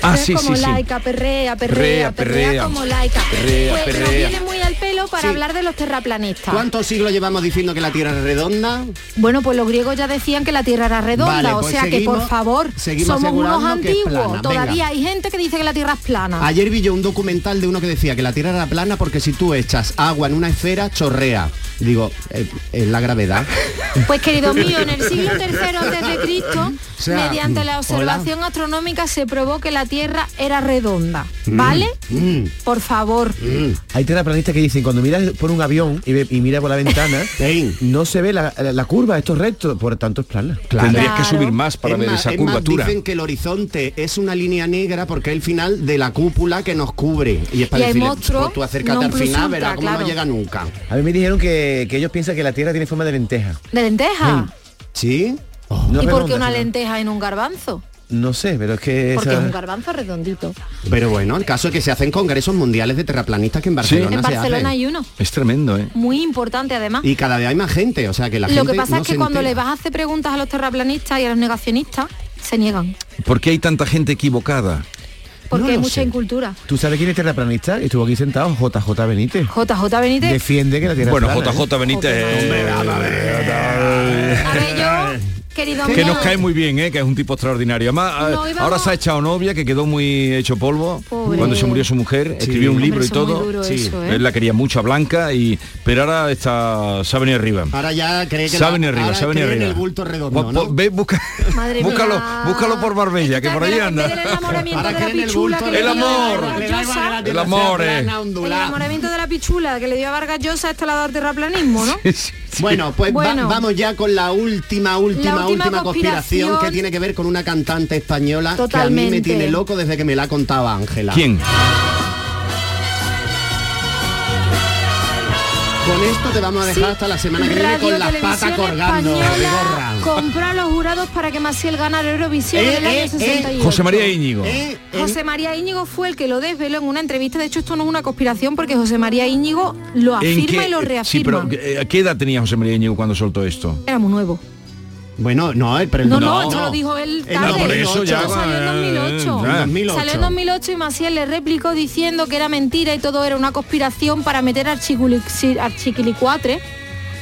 Speaker 1: Ah,
Speaker 3: Es
Speaker 1: sí,
Speaker 3: como
Speaker 1: sí, sí.
Speaker 3: laica, perrea,
Speaker 1: Perrea,
Speaker 3: perrea, perrea,
Speaker 1: perrea.
Speaker 3: como laica.
Speaker 1: Perrea,
Speaker 3: pues nos
Speaker 1: perrea.
Speaker 3: viene muy al pelo para
Speaker 2: Sí.
Speaker 3: hablar de los terraplanistas.
Speaker 2: ¿cuántos siglos llevamos diciendo que la Tierra es redonda?
Speaker 3: Bueno, pues los griegos ya decían que la Tierra era redonda,
Speaker 2: Vale, pues
Speaker 3: o sea que
Speaker 2: seguimos-
Speaker 3: por favor,
Speaker 2: seguimos
Speaker 3: somos unos
Speaker 2: asegurando que es
Speaker 3: antiguos.
Speaker 2: plana, venga.
Speaker 3: Todavía hay gente que dice que la Tierra es plana.
Speaker 2: Ayer vi yo un documental de uno que decía que la Tierra era plana porque si tú echas agua en una esfera, chorrea. Digo, eh, es la gravedad.
Speaker 3: Pues querido mío, en el siglo III antes de Cristo,
Speaker 2: O sea,
Speaker 3: mediante
Speaker 2: hola.
Speaker 3: la observación astronómica se probó que la Tierra era redonda, ¿vale?
Speaker 2: Mm,
Speaker 3: Por favor.
Speaker 4: Hay terraplanistas que dicen, cuando miras por un avión y, ve- y mira por la ventana,
Speaker 2: Ey.
Speaker 4: no se ve la, la- la curva, esto es recto, por tanto es plana.
Speaker 2: claro.
Speaker 1: Tendrías que
Speaker 3: Claro.
Speaker 1: subir más para
Speaker 2: Es
Speaker 1: ver
Speaker 2: más-
Speaker 1: esa
Speaker 2: es más,
Speaker 1: curvatura.
Speaker 2: dicen que el horizonte es una línea negra porque es el final de la cúpula que nos cubre. Y es para
Speaker 3: Y hay
Speaker 2: decirle,
Speaker 3: monstruos,
Speaker 2: pues tú acércate
Speaker 3: non
Speaker 2: al
Speaker 3: plus
Speaker 2: final,
Speaker 3: ultra,
Speaker 2: verás cómo no
Speaker 3: claro.
Speaker 2: llega nunca.
Speaker 4: A mí me dijeron que, que ellos piensan que la Tierra tiene forma de lenteja.
Speaker 3: ¿De lenteja?
Speaker 2: ¿Sí? Oh,
Speaker 4: No
Speaker 3: ¿Y
Speaker 4: es
Speaker 3: por qué
Speaker 4: redonda,
Speaker 3: una
Speaker 4: sino-
Speaker 3: lenteja en un garbanzo?
Speaker 4: No sé, pero es que...
Speaker 3: Porque es
Speaker 4: esa-
Speaker 3: un garbanzo redondito.
Speaker 2: Pero bueno, el caso es que se hacen congresos mundiales de terraplanistas que en Barcelona,
Speaker 3: En
Speaker 2: se
Speaker 3: Barcelona
Speaker 2: hacen.
Speaker 3: hay uno,
Speaker 1: Es tremendo, ¿eh?
Speaker 3: muy importante además.
Speaker 2: Y cada vez hay más gente, o sea que la
Speaker 3: Lo
Speaker 2: gente
Speaker 3: que pasa
Speaker 2: no
Speaker 3: es que
Speaker 2: se
Speaker 3: cuando le
Speaker 2: entera.
Speaker 3: vas a hacer preguntas a los terraplanistas y a los negacionistas, se niegan.
Speaker 1: ¿Por qué hay tanta gente equivocada?
Speaker 3: Porque
Speaker 2: No
Speaker 3: hay
Speaker 2: lo
Speaker 3: mucha
Speaker 2: sé.
Speaker 3: incultura.
Speaker 4: ¿Tú sabes quién es terraplanista? Estuvo aquí sentado, JJ Benítez.
Speaker 3: JJ Benítez.
Speaker 4: Defiende que la Tierra
Speaker 1: Bueno,
Speaker 4: es plana. ¿eh?
Speaker 1: JJ Benítez.
Speaker 3: A ver, yo, querido
Speaker 1: Que
Speaker 3: mío,
Speaker 1: nos cae muy bien, ¿eh? que es un tipo extraordinario. Además,
Speaker 3: No,
Speaker 1: eh,
Speaker 3: íbamos-
Speaker 1: ahora se ha echado novia, que quedó muy hecho polvo
Speaker 3: Pobre.
Speaker 1: cuando se murió su mujer. Escribió un
Speaker 3: Hombre,
Speaker 1: libro y
Speaker 3: eso es muy
Speaker 1: todo.
Speaker 3: duro eso, ¿eh?
Speaker 1: Él la quería mucho a Blanca, y, pero ahora está, se ha venido arriba.
Speaker 2: Ahora ya cree que
Speaker 1: Se ha
Speaker 2: la-
Speaker 1: venido arriba,
Speaker 2: ahora
Speaker 1: se ha venido
Speaker 2: cree en
Speaker 1: arriba.
Speaker 2: el bulto
Speaker 1: Po-
Speaker 2: redondo,
Speaker 1: po-
Speaker 2: ¿no?
Speaker 1: ve, busca-
Speaker 3: Madre
Speaker 1: búscalo,
Speaker 3: mía.
Speaker 1: búscalo por Marbella, que por ahí
Speaker 3: Espera, espera,
Speaker 1: anda.
Speaker 3: El enamoramiento
Speaker 2: Ahora
Speaker 3: de la
Speaker 2: cree en el
Speaker 3: pichula
Speaker 2: bulto
Speaker 3: que
Speaker 1: El
Speaker 3: le dio a
Speaker 1: amor.
Speaker 3: Vargas
Speaker 2: Le da igual que
Speaker 3: Llosa.
Speaker 2: la tierra
Speaker 1: El amor,
Speaker 2: sea
Speaker 1: eh.
Speaker 2: plana,
Speaker 3: El
Speaker 2: ondulada.
Speaker 3: enamoramiento de la pichula que le dio a Vargas Llosa esto la dado terraplanismo, ¿no?
Speaker 2: Bueno, pues va-
Speaker 3: Bueno.
Speaker 2: vamos ya con la última, última,
Speaker 3: La
Speaker 2: última,
Speaker 3: última
Speaker 2: conspiración, que
Speaker 3: conspiración.
Speaker 2: tiene que ver con una cantante española que a mí me
Speaker 3: Totalmente.
Speaker 2: tiene loco desde que me la contaba Ángela.
Speaker 1: ¿Quién?
Speaker 2: Con esto te vamos a dejar
Speaker 3: Sí.
Speaker 2: hasta la semana que viene
Speaker 3: Radio
Speaker 2: con las patas
Speaker 3: Televisión
Speaker 2: colgando.
Speaker 3: Española
Speaker 2: Vigorra.
Speaker 3: compró a los jurados para que Maciel ganara Eurovisión
Speaker 2: Eh,
Speaker 3: en el año
Speaker 2: eh, eh.
Speaker 3: 68.
Speaker 1: José María Íñigo.
Speaker 2: Eh, eh,
Speaker 3: José María Íñigo fue el que lo desveló en una entrevista. De hecho, esto no es una conspiración porque José María Íñigo lo
Speaker 1: ¿En
Speaker 3: afirma
Speaker 1: qué-
Speaker 3: y lo
Speaker 1: Sí,
Speaker 3: reafirma.
Speaker 1: pero eh, ¿qué edad tenía José María Íñigo cuando soltó esto?
Speaker 3: Era muy nuevo.
Speaker 2: Bueno, no, eh, el
Speaker 3: No, no, esto lo dijo él
Speaker 2: Eh,
Speaker 3: tarde.
Speaker 2: no, por eso ya- Eh,
Speaker 3: Esto salió en 2008.
Speaker 1: Ah,
Speaker 2: en 2008.
Speaker 3: Salió en 2008 y Maciel le replicó diciendo que era mentira y todo era una conspiración para meter al Chiquili- al Chiquilicuatre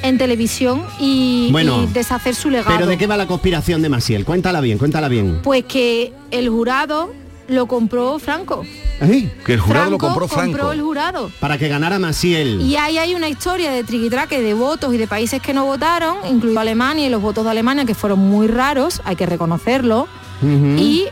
Speaker 3: en televisión y,
Speaker 2: Bueno,
Speaker 3: y deshacer su legado.
Speaker 2: Pero ¿de qué va la conspiración de Maciel? Cuéntala bien, cuéntala bien.
Speaker 3: Pues que el jurado lo compró Franco.
Speaker 2: ¿Eh?
Speaker 1: Que el jurado lo compró
Speaker 3: compró
Speaker 1: Franco.
Speaker 3: el jurado.
Speaker 2: Para que ganara Maciel.
Speaker 3: Y ahí hay una historia de triquitraque de votos y de países que no votaron, incluido Alemania y los votos de Alemania que fueron muy raros, hay que reconocerlo,
Speaker 2: Mm.
Speaker 3: y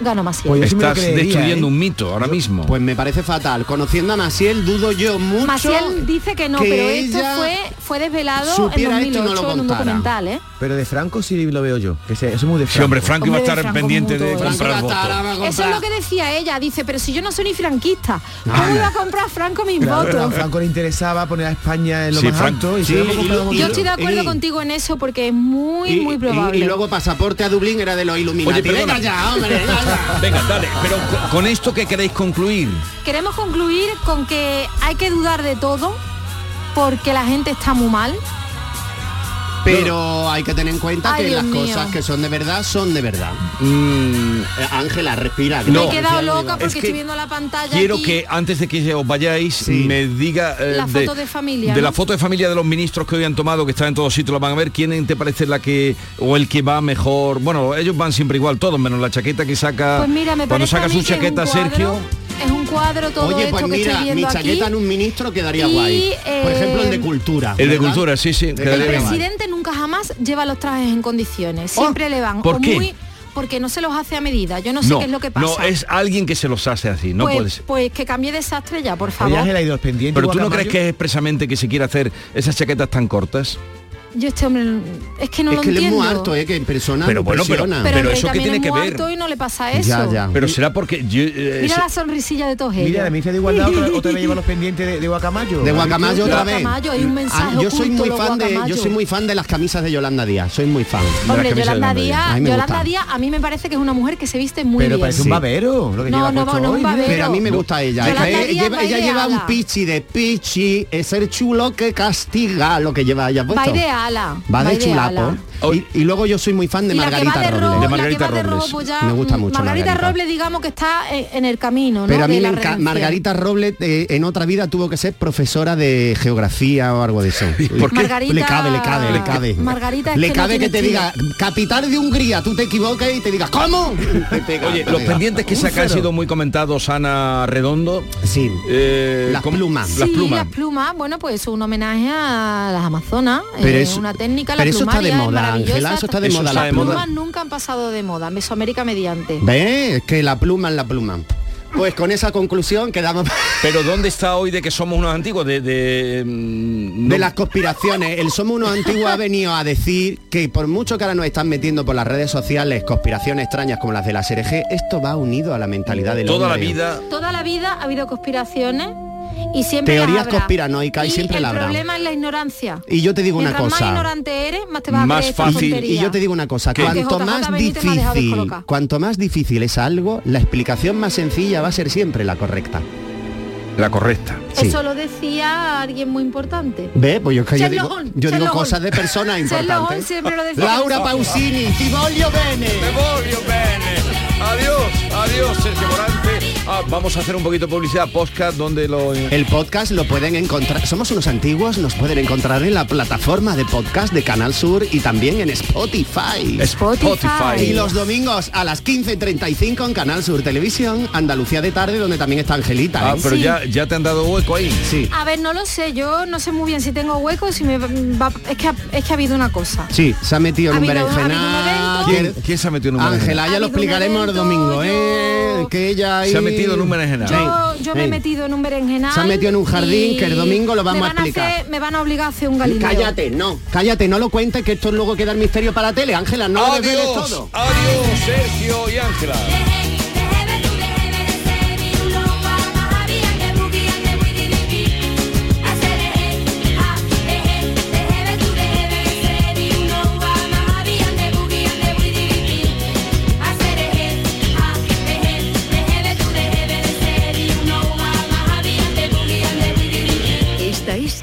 Speaker 3: ganó Maciel.
Speaker 4: Pues yo sí me lo
Speaker 1: Estás
Speaker 4: creería,
Speaker 1: destruyendo
Speaker 4: ¿eh?
Speaker 1: un mito ahora mismo.
Speaker 2: Pues me parece fatal. Conociendo a Maciel, dudo yo mucho.
Speaker 3: Maciel dice que no, pero esto
Speaker 2: ella-
Speaker 3: fue, fue desvelado en
Speaker 2: supiera esto y no
Speaker 3: 2008
Speaker 2: lo
Speaker 3: en un
Speaker 2: contara.
Speaker 3: documental, ¿eh?
Speaker 4: Pero de Franco sí lo veo yo. Que sea- eso es muy de
Speaker 1: Sí, hombre,
Speaker 4: Franco.
Speaker 1: Franco iba a
Speaker 3: Hombre,
Speaker 1: estar
Speaker 3: Franco
Speaker 1: pendiente
Speaker 3: mutuo,
Speaker 1: de
Speaker 3: eh.
Speaker 2: Franco
Speaker 1: comprar
Speaker 2: va a estar,
Speaker 1: votos.
Speaker 2: va a
Speaker 3: Eso es
Speaker 2: comprar.
Speaker 3: lo que decía ella, dice, pero si yo no soy ni franquista, ¿cómo iba a comprar Franco mis
Speaker 4: Claro,
Speaker 3: votos?
Speaker 4: a Franco le interesaba poner a España en lo
Speaker 1: Sí,
Speaker 4: más
Speaker 1: Franco-
Speaker 4: alto y
Speaker 2: sí,
Speaker 4: se lo hemos
Speaker 2: y-
Speaker 4: comprado
Speaker 2: y-
Speaker 4: mucho.
Speaker 3: Yo estoy de acuerdo
Speaker 2: Y-
Speaker 3: contigo en eso porque es muy, muy probable.
Speaker 2: y luego pasaporte a Dublín era de los Illuminati.
Speaker 1: Oye, perdona.
Speaker 2: Venga ya, hombre, venga.
Speaker 1: Venga, dale, pero co- con esto que queréis concluir.
Speaker 3: Queremos concluir con que hay que dudar de todo porque la gente está muy mal.
Speaker 2: Pero hay que tener en cuenta
Speaker 3: Ay,
Speaker 2: que
Speaker 3: Dios
Speaker 2: las
Speaker 3: mío.
Speaker 2: cosas que son de verdad son de verdad.
Speaker 1: Mm,
Speaker 2: Eh, Ángela, respira. que
Speaker 1: No.
Speaker 2: te
Speaker 3: Me he quedado
Speaker 2: decía algo,
Speaker 3: loca porque
Speaker 1: Es que
Speaker 3: estoy viendo la pantalla.
Speaker 1: quiero
Speaker 3: aquí.
Speaker 1: que antes de que os vayáis
Speaker 2: Sí.
Speaker 1: me diga eh,
Speaker 3: La foto de familia,
Speaker 1: de
Speaker 3: ¿no?
Speaker 1: la foto de familia de los ministros que hoy han tomado que está en todos sitios la van a ver quién te parece la que o el que va mejor bueno ellos van siempre igual todos menos la chaqueta que saca
Speaker 3: Pues mira, me
Speaker 1: cuando
Speaker 3: parece
Speaker 1: saca
Speaker 3: a mí
Speaker 1: su
Speaker 3: que es un
Speaker 1: chaqueta
Speaker 3: cuadro-
Speaker 1: Sergio
Speaker 3: Es un cuadro todo
Speaker 2: Oye,
Speaker 3: esto
Speaker 2: pues
Speaker 3: que
Speaker 2: mira,
Speaker 3: estoy
Speaker 2: mi
Speaker 3: viendo
Speaker 2: chaqueta en
Speaker 3: aquí.
Speaker 2: un ministro quedaría
Speaker 3: Y,
Speaker 2: guay. Por
Speaker 3: eh,
Speaker 2: ejemplo, el de cultura.
Speaker 1: el de
Speaker 2: Ah. ¿verdad?
Speaker 1: cultura sí sí
Speaker 2: El
Speaker 3: El
Speaker 1: quedaría bien.
Speaker 3: presidente nunca jamás lleva los trajes en condiciones.
Speaker 2: Oh,
Speaker 3: Siempre le van.
Speaker 1: ¿por
Speaker 3: o
Speaker 1: qué?
Speaker 3: muy- porque no se los hace a medida. Yo no sé qué es lo que pasa.
Speaker 1: no es alguien que se los hace así no
Speaker 3: pues,
Speaker 1: puede ser
Speaker 3: pues que cambie de sastre ya, por
Speaker 4: Oye,
Speaker 3: favor.
Speaker 4: Ángela, y de los pendientes
Speaker 1: pero tú no
Speaker 4: guacamayo?
Speaker 1: crees que es expresamente que se quiere hacer esas chaquetas tan cortas
Speaker 3: yo este hombre es que no
Speaker 2: es
Speaker 3: lo
Speaker 2: que él es
Speaker 3: entiendo.
Speaker 2: muy harto, ¿eh? Que en persona
Speaker 1: Pero
Speaker 2: me
Speaker 1: bueno, pero-
Speaker 2: impresiona.
Speaker 3: Pero,
Speaker 1: Pero
Speaker 3: que
Speaker 1: eso qué
Speaker 3: también
Speaker 1: tiene
Speaker 3: es
Speaker 1: que
Speaker 3: muy
Speaker 1: ver.
Speaker 3: harto y no le pasa eso.
Speaker 2: Ya, ya.
Speaker 1: Pero será porque yo, eh,
Speaker 3: Mira
Speaker 1: se-
Speaker 3: la sonrisilla de todos ellos.
Speaker 4: Mira, la ministra de Igualdad otra, otra vez lleva los pendientes de, de Guacamayo.
Speaker 2: De guacamayo
Speaker 3: De
Speaker 2: otra vez.
Speaker 3: guacamayo, hay un mensaje
Speaker 2: yo soy
Speaker 3: oculto,
Speaker 2: muy
Speaker 3: los
Speaker 2: fan de, yo
Speaker 3: guacamayos.
Speaker 2: soy muy fan de las camisas de Yolanda Díaz. Soy muy fan.
Speaker 3: Hombre,
Speaker 1: camisa de
Speaker 3: Yolanda
Speaker 1: Yolanda Díaz.
Speaker 2: A
Speaker 3: Díaz,
Speaker 2: mí me
Speaker 3: Yolanda
Speaker 2: gusta.
Speaker 3: Díaz a mí me parece que es una mujer que se viste muy
Speaker 4: Pero
Speaker 3: bien.
Speaker 4: parece un babero lo que
Speaker 3: No,
Speaker 4: lleva
Speaker 3: no,
Speaker 4: puesto
Speaker 3: no, un
Speaker 4: hoy,
Speaker 3: babero.
Speaker 4: mira.
Speaker 2: Pero a mí me gusta ella.
Speaker 3: Yolanda
Speaker 2: Es que
Speaker 3: Díaz
Speaker 2: lleva- ella lleva
Speaker 3: baileala.
Speaker 2: un pichi de pichi. Es el chulo que castiga lo que lleva ella puesto.
Speaker 3: Va de ala.
Speaker 2: Va de
Speaker 3: ala.
Speaker 2: chulapo.
Speaker 1: Hoy-
Speaker 2: Y, y luego yo soy muy fan de
Speaker 3: Y la que va
Speaker 2: Margarita
Speaker 3: de
Speaker 2: Robles.
Speaker 3: robo,
Speaker 1: De
Speaker 3: la que
Speaker 1: Margarita
Speaker 3: va de robo,
Speaker 1: Robles.
Speaker 3: pues ya,
Speaker 2: Me gusta
Speaker 3: mm,
Speaker 2: mucho
Speaker 3: Margarita,
Speaker 2: Margarita.
Speaker 3: Robles, digamos que está eh, en el camino, ¿no?
Speaker 2: Pero a mí
Speaker 3: De
Speaker 2: me
Speaker 3: la
Speaker 2: encanta.
Speaker 3: redención.
Speaker 2: Margarita Robles eh, en otra vida tuvo que ser profesora de geografía o algo de eso.
Speaker 1: por qué?
Speaker 3: Margarita-
Speaker 2: Le cabe, le cabe, le cabe.
Speaker 3: Margarita es
Speaker 2: le
Speaker 3: que no
Speaker 2: cabe que
Speaker 3: tiene
Speaker 2: te diga, capital de Hungría, tú te equivocas y te digas, ¿cómo? Te pega,
Speaker 1: Oye,
Speaker 2: te
Speaker 1: los
Speaker 2: pega.
Speaker 1: pendientes que saca han sido muy comentados, Ana Redondo.
Speaker 2: Sí.
Speaker 1: Eh,
Speaker 2: Las plumas.
Speaker 1: Las
Speaker 3: sí,
Speaker 1: plumas.
Speaker 3: las plumas, bueno, pues un homenaje a las amazonas,
Speaker 2: Pero
Speaker 3: eh,
Speaker 2: eso-
Speaker 3: una técnica, la
Speaker 2: pero eso está de
Speaker 3: plumaria es
Speaker 2: moda,
Speaker 3: maravillosa.
Speaker 2: Ángela, eso está de
Speaker 1: Eso
Speaker 2: moda.
Speaker 1: está
Speaker 2: la
Speaker 1: de
Speaker 3: Las
Speaker 2: pluma.
Speaker 3: plumas
Speaker 1: moda.
Speaker 3: nunca han pasado de moda, Mesoamérica mediante.
Speaker 2: ¿Ves? Es que la pluma es la pluma. Pues con esa conclusión quedamos
Speaker 1: Pero ¿dónde está hoy de que somos unos antiguos? De, de, mm,
Speaker 2: de
Speaker 1: no-
Speaker 2: las conspiraciones. El Somos Unos Antiguos ha venido a decir que por mucho que ahora nos están metiendo por las redes sociales conspiraciones extrañas como las de la SRG, esto va unido a la mentalidad del
Speaker 1: toda la
Speaker 2: hombre.
Speaker 1: vida.
Speaker 3: Toda la vida ha habido conspiraciones y siempre
Speaker 2: Teorías
Speaker 3: las habrá.
Speaker 2: conspiranoicas y siempre
Speaker 3: el
Speaker 2: la habrá.
Speaker 3: problema es la ignorancia.
Speaker 2: Y yo te digo una
Speaker 3: Mientras
Speaker 2: cosa.
Speaker 3: más ignorante eres, más te vas a
Speaker 1: Más
Speaker 3: creer esta
Speaker 1: fácil.
Speaker 3: tontería.
Speaker 2: Y yo te digo una cosa,
Speaker 3: ¿Qué?
Speaker 2: cuanto
Speaker 3: Que JJ
Speaker 2: más
Speaker 3: Benítez me ha dejado
Speaker 2: difícil,
Speaker 3: descolocada.
Speaker 2: cuanto más difícil es algo, la explicación más sencilla va a ser siempre la correcta.
Speaker 1: La correcta.
Speaker 2: Sí.
Speaker 3: Eso lo decía alguien muy importante.
Speaker 2: Ve, pues yo, es que yo
Speaker 3: Sherlock
Speaker 2: digo,
Speaker 3: Holmes,
Speaker 2: yo digo
Speaker 3: Sherlock
Speaker 2: cosas de
Speaker 3: Holmes.
Speaker 2: personas
Speaker 3: Sherlock Holmes
Speaker 2: importantes.
Speaker 3: siempre lo decía.
Speaker 2: Laura Pausini, Tibolio Bene.
Speaker 1: Adiós, adiós, Sergio Morante. Ah, vamos a hacer un poquito de publicidad podcast donde lo.
Speaker 2: El podcast lo pueden encontrar, somos unos antiguos, nos pueden encontrar en la plataforma de podcast de Canal Sur y también en Spotify.
Speaker 3: Spotify.
Speaker 2: Y los domingos a las 15.35 en Canal Sur Televisión, Andalucía de tarde, donde también está Angelita.
Speaker 1: Ah,
Speaker 2: ¿eh?
Speaker 1: pero
Speaker 3: Sí.
Speaker 1: ya, ya te han dado hueco ahí.
Speaker 2: Sí.
Speaker 3: A ver, no lo sé, yo no sé muy bien si tengo huecos, si me va- es que ha, es que ha habido una cosa.
Speaker 2: Sí, se ha metido en un
Speaker 3: Ha habido- ha habido un
Speaker 2: berenjenal.
Speaker 3: evento.
Speaker 1: ¿Quién, quién se ha metido en un berenjenal?
Speaker 2: Ángela,
Speaker 3: Ha
Speaker 2: ya lo
Speaker 3: habido un
Speaker 2: explicaremos el
Speaker 3: evento,
Speaker 2: domingo, ¿eh?
Speaker 3: yo-
Speaker 2: Que ella ahí-
Speaker 1: Se ha metido en un berenjenal.
Speaker 3: Yo, yo me he
Speaker 2: Ven.
Speaker 3: metido en un berenjenal.
Speaker 2: Se ha metido en un jardín
Speaker 3: y
Speaker 2: que el domingo lo vamos
Speaker 3: me
Speaker 2: a
Speaker 3: van
Speaker 2: explicar.
Speaker 3: hacer- me van a obligar a hacer un galileo.
Speaker 2: Cállate, no. Cállate, no lo cuentes que esto luego queda el misterio para la tele. Ángela, no lo desveles
Speaker 1: Adiós,
Speaker 2: todo.
Speaker 1: adiós, Sergio y Ángela.
Speaker 8: Esta es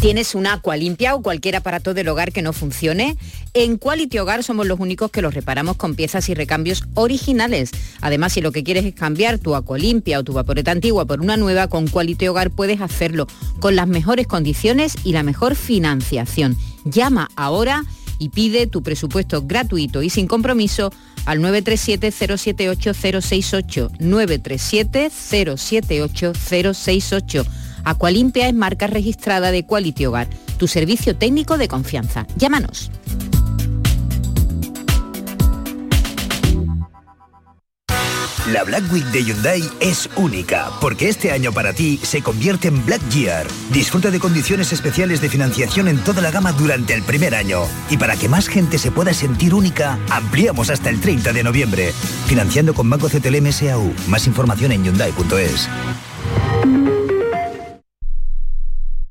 Speaker 9: ¿Tienes un agua limpia o cualquier aparato del hogar que no funcione? En Quality Hogar somos los únicos que los reparamos con piezas y recambios originales. Además, si lo que quieres es cambiar tu agua limpia o tu vaporeta antigua por una nueva, con Quality Hogar puedes hacerlo con las mejores condiciones y la mejor financiación. Llama ahora y pide tu presupuesto gratuito y sin compromiso al 937-078-068. 937-078-068. Acualimpia es marca registrada de Quality Hogar, tu servicio técnico de confianza. Llámanos.
Speaker 10: La Black Week de Hyundai es única, porque este año para ti se convierte en Black Year. Disfruta de condiciones especiales de financiación en toda la gama durante el primer año. Y para que más gente se pueda sentir única, ampliamos hasta el 30 de noviembre. Financiando con Banco CTLM SAU. Más información en Hyundai.es.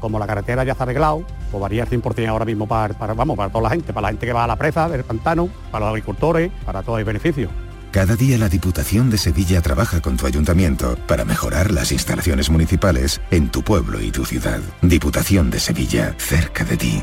Speaker 2: Como la carretera ya está arreglado, pues varía el 100% ahora mismo para, para- vamos, para toda la gente, para la gente que va a la presa del pantano, para los agricultores, para todos el beneficio.
Speaker 11: Cada día la Diputación de Sevilla trabaja con tu ayuntamiento para mejorar las instalaciones municipales en tu pueblo y tu ciudad. Diputación de Sevilla, cerca de ti.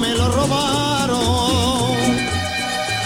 Speaker 12: me lo robaron.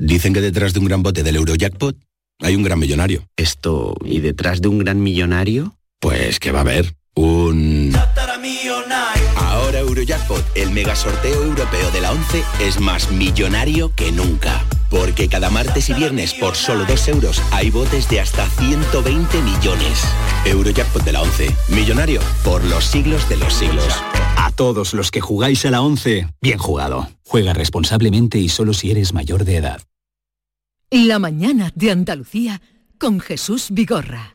Speaker 13: Dicen que detrás de un gran bote del Eurojackpot hay un gran millonario. Esto, ¿y detrás de un gran millonario? Pues que va a haber un... Ahora Eurojackpot, el mega sorteo europeo de la 11, Este es más millonario que nunca. Porque cada martes y viernes por solo 2 euros hay botes de hasta 120 millones. Eurojackpot de la 11, millonario por los siglos de los siglos.
Speaker 10: A todos los que jugáis a la 11, bien jugado. Juega responsablemente y solo si eres mayor de edad.
Speaker 8: La mañana de Andalucía con Jesús Vigorra.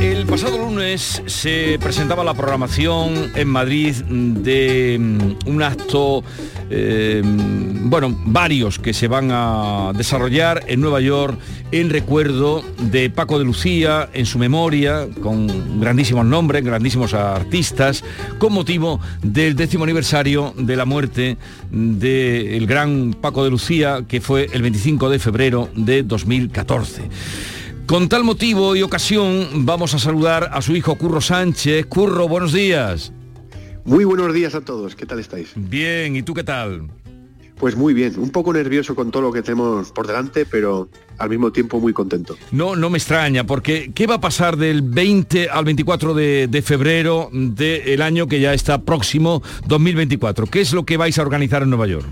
Speaker 1: El pasado lunes se presentaba la programación en Madrid de mm, un acto, eh, bueno, varios que se van a desarrollar en Nueva York en recuerdo de Paco de Lucía, en su memoria, con grandísimos nombres, grandísimos artistas, con motivo del décimo aniversario de la muerte del gran Paco de Lucía, que fue el 25 de febrero de 2014. Con tal motivo y ocasión vamos a saludar a su hijo Curro Sánchez. Curro, buenos días.
Speaker 14: Muy buenos días a todos, ¿qué tal estáis?
Speaker 1: Bien, ¿y tú qué tal?
Speaker 14: Pues muy bien, un poco nervioso con todo lo que tenemos por delante, pero al mismo tiempo muy contento.
Speaker 1: No, no me extraña, porque ¿qué va a pasar del 20 al 24 de, de febrero del año que ya está próximo, 2024? ¿Qué es lo que vais a organizar en Nueva York?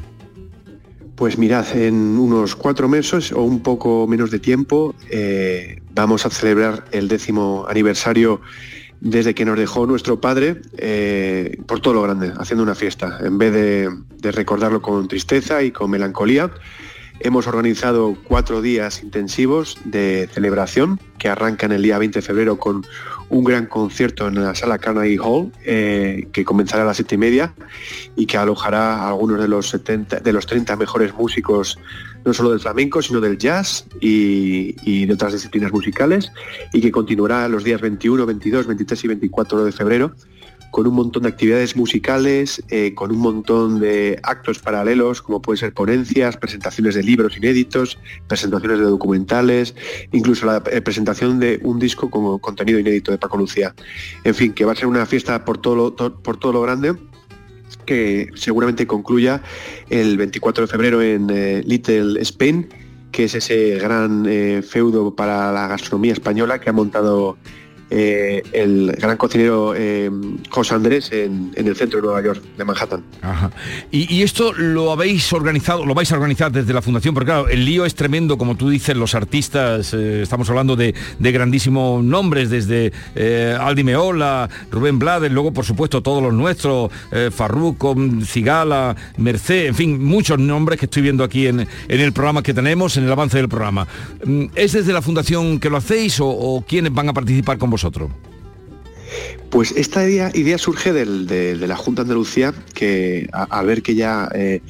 Speaker 14: Pues mirad, en unos cuatro meses o un poco menos de tiempo eh, vamos a celebrar el décimo aniversario desde que nos dejó nuestro padre eh, por todo lo grande, haciendo una fiesta. En vez de, de recordarlo con tristeza y con melancolía, hemos organizado cuatro días intensivos de celebración que arrancan el día 20 de febrero con un gran concierto en la sala Carnegie Hall eh, que comenzará a las siete y media y que alojará a algunos de los 70, de los 30 mejores músicos no solo del flamenco sino del jazz y, y de otras disciplinas musicales y que continuará los días 21, 22, 23 y 24 de febrero con un montón de actividades musicales, eh, con un montón de actos paralelos, como pueden ser ponencias, presentaciones de libros inéditos, presentaciones de documentales, incluso la eh, presentación de un disco como contenido inédito de Paco Lucía. En fin, que va a ser una fiesta por todo lo, to- por todo lo grande que seguramente concluya el 24 de febrero en eh, Little Spain, que es ese gran eh, feudo para la gastronomía española que ha montado eh, el gran cocinero eh, José Andrés en, en el centro de Nueva York, de Manhattan.
Speaker 1: Ajá. Y, y esto lo habéis organizado, lo vais a organizar desde la fundación, porque claro, el lío es tremendo, como tú dices, los artistas, eh, estamos hablando de, de grandísimos nombres, desde eh, Aldi Meola, Rubén Blades, luego por supuesto todos los nuestros, eh, Farruco, Cigala, Merced, en fin, muchos nombres que estoy viendo aquí en, en el programa que tenemos, en el avance del programa. Mm, ¿Es desde la fundación que lo hacéis o, o quiénes van a participar con vosotros?
Speaker 14: Pues esta idea, idea surge del- de, de la Junta de Andalucía, que a- al ver que ya eh,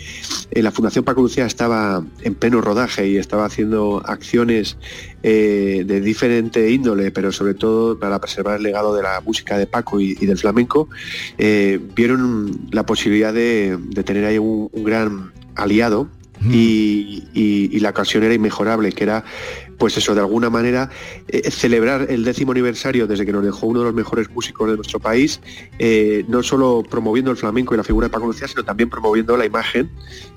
Speaker 14: eh, la Fundación Paco Lucía estaba en pleno rodaje y estaba haciendo acciones eh, de diferente índole, pero sobre todo para preservar el legado de la música de Paco y, y del flamenco, eh, vieron la posibilidad de, de tener ahí un, un gran aliado y, y- y la ocasión era inmejorable, que era, pues eso, de alguna manera, eh, celebrar el décimo aniversario desde que nos dejó uno de los mejores músicos de nuestro país, eh, no solo promoviendo el flamenco y la figura de Paco Lucía, sino también promoviendo la imagen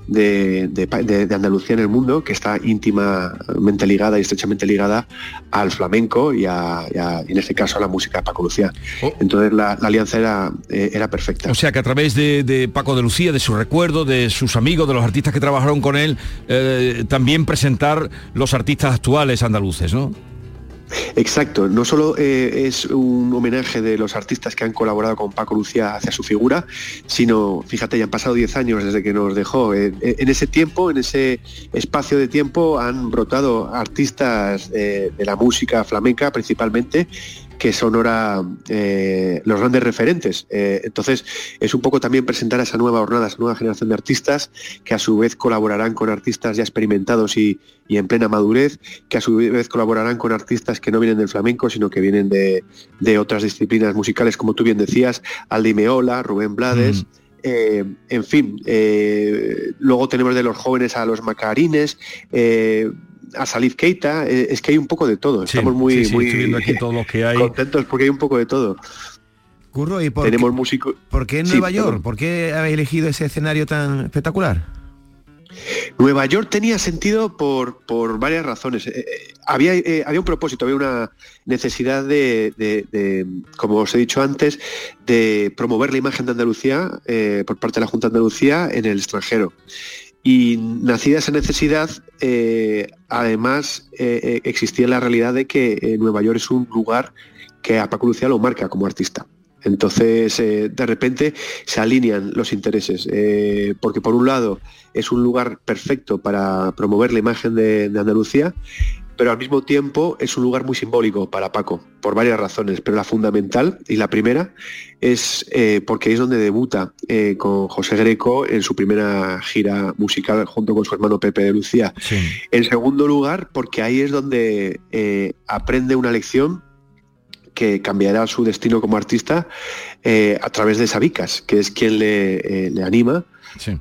Speaker 14: de, de pa- de- de Andalucía en el mundo, que está íntimamente ligada y estrechamente ligada al flamenco y, a- y a- y en este caso a la música de Paco Lucía. Entonces la, la alianza era, eh, era perfecta.
Speaker 1: O sea que a través de, de Paco de Lucía, de su recuerdo, de sus amigos, de los artistas que trabajaron con él, eh, también presentar los artistas actuales andaluces, ¿no?
Speaker 14: Exacto, no solo eh, es un homenaje de los artistas que han colaborado con Paco Lucía hacia su figura, sino, fíjate, ya han pasado 10 años desde que nos dejó. En, en ese tiempo, en ese espacio de tiempo, han brotado artistas eh, de la música flamenca principalmente que son ahora eh, los grandes referentes. Eh, entonces, es un poco también presentar a esa nueva jornada, a esa nueva generación de artistas, que a su vez colaborarán con artistas ya experimentados y, y en plena madurez, que a su vez colaborarán con artistas que no vienen del flamenco, sino que vienen de, de otras disciplinas musicales, como tú bien decías, Aldi Meola, Rubén Blades.
Speaker 1: Mm.
Speaker 14: eh, en fin, eh, luego tenemos de los jóvenes a los macarines, eh, a Salif Keita, eh, es que hay un poco de todo. Estamos muy,
Speaker 1: sí, sí,
Speaker 14: muy
Speaker 1: estoy viendo aquí todos los que hay.
Speaker 14: contentos porque hay un poco de todo.
Speaker 4: Curro, ¿y por,
Speaker 14: Tenemos
Speaker 4: qué,
Speaker 14: músicos.
Speaker 4: por qué en
Speaker 14: Sí,
Speaker 4: Nueva
Speaker 14: perdón.
Speaker 4: York? ¿Por qué habéis elegido ese escenario tan espectacular?
Speaker 14: Nueva York tenía sentido por, por varias razones. Eh, eh, había, eh, había un propósito, había una necesidad de, de- de, como os he dicho antes, de promover la imagen de Andalucía eh, por parte de la Junta de Andalucía en el extranjero. Y nacida esa necesidad, eh, además eh, eh, existía la realidad de que eh, Nueva York es un lugar que a Paco Lucía lo marca como artista. Entonces, eh, de repente se alinean los intereses, eh, porque por un lado es un lugar perfecto para promover la imagen de, de Andalucía, pero al mismo tiempo es un lugar muy simbólico para Paco, por varias razones, pero la fundamental y la primera es eh, porque es donde debuta eh, con José Greco en su primera gira musical junto con su hermano Pepe de Lucía. En segundo lugar, porque ahí es donde eh, aprende una lección que cambiará su destino como artista eh, a través de Sabicas, que es quien le, eh, le anima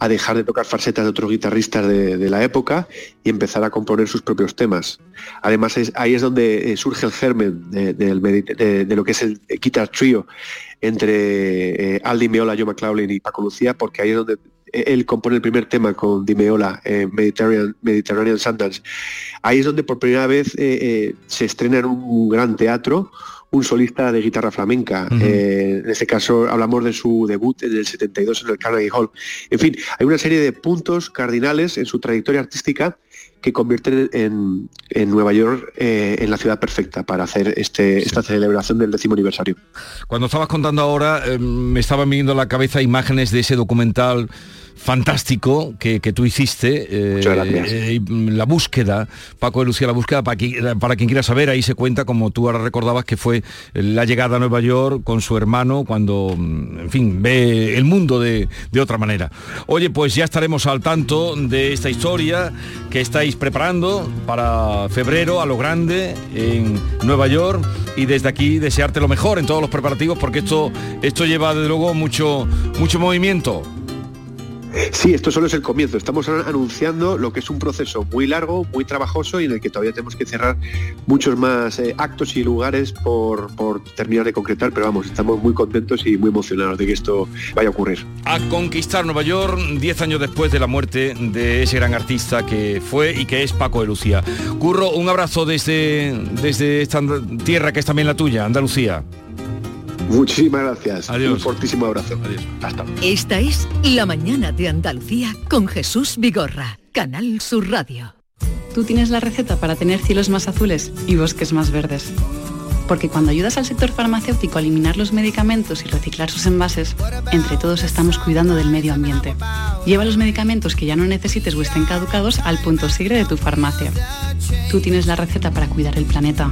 Speaker 14: a dejar de tocar farsetas de otros guitarristas de, de la época y empezar a componer sus propios temas. Además, es- ahí es donde eh, surge el germen de, del medit- de- de lo que es el guitar trio entre eh, Aldi Meola, Joe McLaughlin y Paco Lucía, porque ahí es donde eh, él compone el primer tema con Di Meola, eh, Mediterranean, Mediterranean Sundance. Ahí es donde por primera vez eh, eh, se estrena en un gran teatro un solista de guitarra flamenca. Eh, en este caso hablamos de su debut en el 72 en el Carnegie Hall. En fin, hay una serie de puntos cardinales en su trayectoria artística que convierten en, en Nueva York eh, en la ciudad perfecta para hacer este, esta celebración del décimo aniversario.
Speaker 1: Cuando estabas contando ahora, eh, me estaban viniendo a la cabeza imágenes de ese documental fantástico que, que tú hiciste. eh,
Speaker 14: Muchas gracias.
Speaker 1: eh, y, mm, la búsqueda, Paco de Lucía, la búsqueda, para, qui- para quien quiera saber, ahí se cuenta, como tú ahora recordabas, que fue la llegada a Nueva York con su hermano cuando, mm, en fin, ve el mundo de, de otra manera. Oye, pues ya estaremos al tanto de esta historia que estáis preparando para febrero a lo grande en Nueva York y desde aquí desearte lo mejor en todos los preparativos porque esto, esto lleva desde luego mucho, mucho movimiento.
Speaker 14: Sí, esto solo es el comienzo. Estamos ahora anunciando lo que es un proceso muy largo, muy trabajoso y en el que todavía tenemos que cerrar muchos más eh, actos y lugares por, por terminar de concretar, pero vamos, estamos muy contentos y muy emocionados de que esto vaya a ocurrir.
Speaker 1: a conquistar Nueva York 10 años después de la muerte de ese gran artista que fue y que es Paco de Lucía. Curro, un abrazo desde, desde esta and- tierra que es también la tuya, Andalucía.
Speaker 14: Muchísimas gracias. Adiós. Un fortísimo abrazo. Adiós. Hasta.
Speaker 8: Esta es La Mañana de Andalucía con Jesús Vigorra, Canal Sur Radio.
Speaker 15: Tú tienes la receta para tener cielos más azules y bosques más verdes. Porque cuando ayudas al sector farmacéutico a eliminar los medicamentos y reciclar sus envases, entre todos estamos cuidando del medio ambiente. Lleva los medicamentos que ya no necesites o estén caducados al punto sigre de tu farmacia. Tú tienes la receta para cuidar el planeta.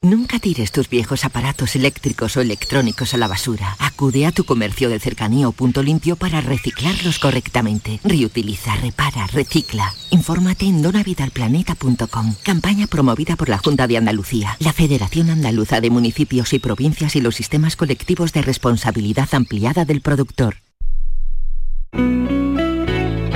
Speaker 5: Nunca tires tus viejos aparatos eléctricos o electrónicos a la basura. Acude a tu comercio de cercanía o punto limpio para reciclarlos correctamente. Reutiliza, repara, recicla. Infórmate en donavidalplaneta.com. Campaña promovida por la Junta de Andalucía, la Federación Andaluza de Municipios y Provincias y los sistemas colectivos de responsabilidad ampliada del productor.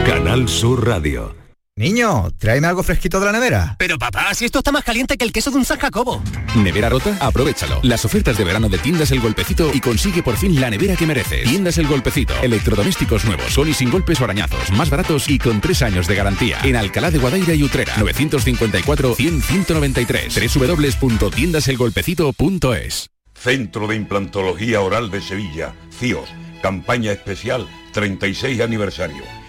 Speaker 6: Canal Sur Radio.
Speaker 16: Niño, tráeme algo fresquito de la nevera.
Speaker 17: Pero papá, si esto está más caliente que el queso de un San Jacobo.
Speaker 6: ¿Nevera rota? Aprovechalo. Las ofertas de verano de Tiendas El Golpecito y consigue por fin la nevera que mereces. Tiendas El Golpecito. Electrodomésticos nuevos, son y sin golpes o arañazos, más baratos y con tres años de garantía. En Alcalá de Guadaira y Utrera. 954-100-193. www.tiendaselgolpecito.es
Speaker 12: Centro de Implantología Oral de Sevilla, CIOS, campaña especial 36 aniversario.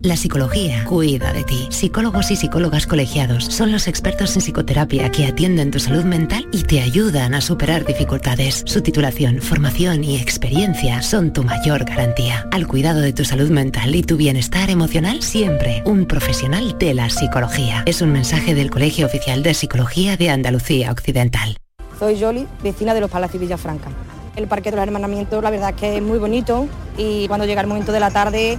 Speaker 18: La psicología cuida de ti. Psicólogos y psicólogas colegiados son los expertos en psicoterapia que atienden tu salud mental y te ayudan a superar dificultades. Su titulación, formación y experiencia son tu mayor garantía. Al cuidado de tu salud mental y tu bienestar emocional siempre un profesional de la psicología. Es un mensaje del Colegio Oficial de Psicología de Andalucía Occidental.
Speaker 19: Soy Yoli, vecina de los Palacios Villafranca. El Parque de los Hermanamientos la verdad es que es muy bonito y cuando llega el momento de la tarde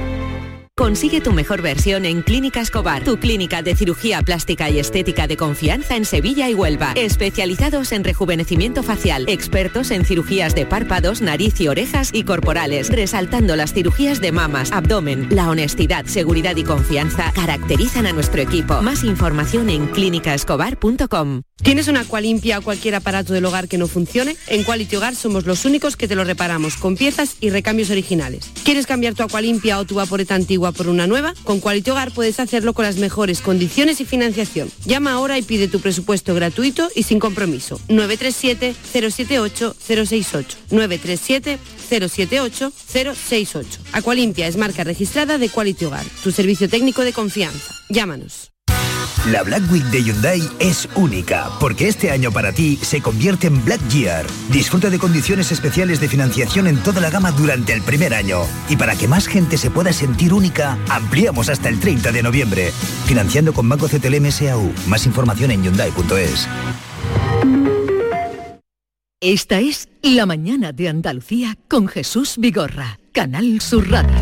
Speaker 20: Consigue tu mejor versión en Clínica Escobar, tu clínica de cirugía plástica y estética de confianza en Sevilla y Huelva. Especializados en rejuvenecimiento facial, expertos en cirugías de párpados, nariz y orejas y corporales, resaltando las cirugías de mamas, abdomen. La honestidad, seguridad y confianza caracterizan a nuestro equipo. Más información en clínicaescobar.com.
Speaker 21: ¿Tienes una limpia o cualquier aparato del hogar que no funcione? En Quality Hogar somos los únicos que te lo reparamos con piezas y recambios originales. ¿Quieres cambiar tu limpia o tu vaporeta antigua por una nueva? Con Quality Hogar puedes hacerlo con las mejores condiciones y financiación. Llama ahora y pide tu presupuesto gratuito y sin compromiso. 937-078-068. 937-078-068. Aqualimpia es marca registrada de Quality Hogar, tu servicio técnico de confianza. Llámanos.
Speaker 10: La Black Week de Hyundai es única, porque este año para ti se convierte en Black Year. Disfruta de condiciones especiales de financiación en toda la gama durante el primer año. Y para que más gente se pueda sentir única, ampliamos hasta el 30 de noviembre. Financiando con Banco CTLM SAU. Más información en Hyundai.es.
Speaker 8: Esta es La Mañana de Andalucía con Jesús Vigorra, Canal Sur Radio.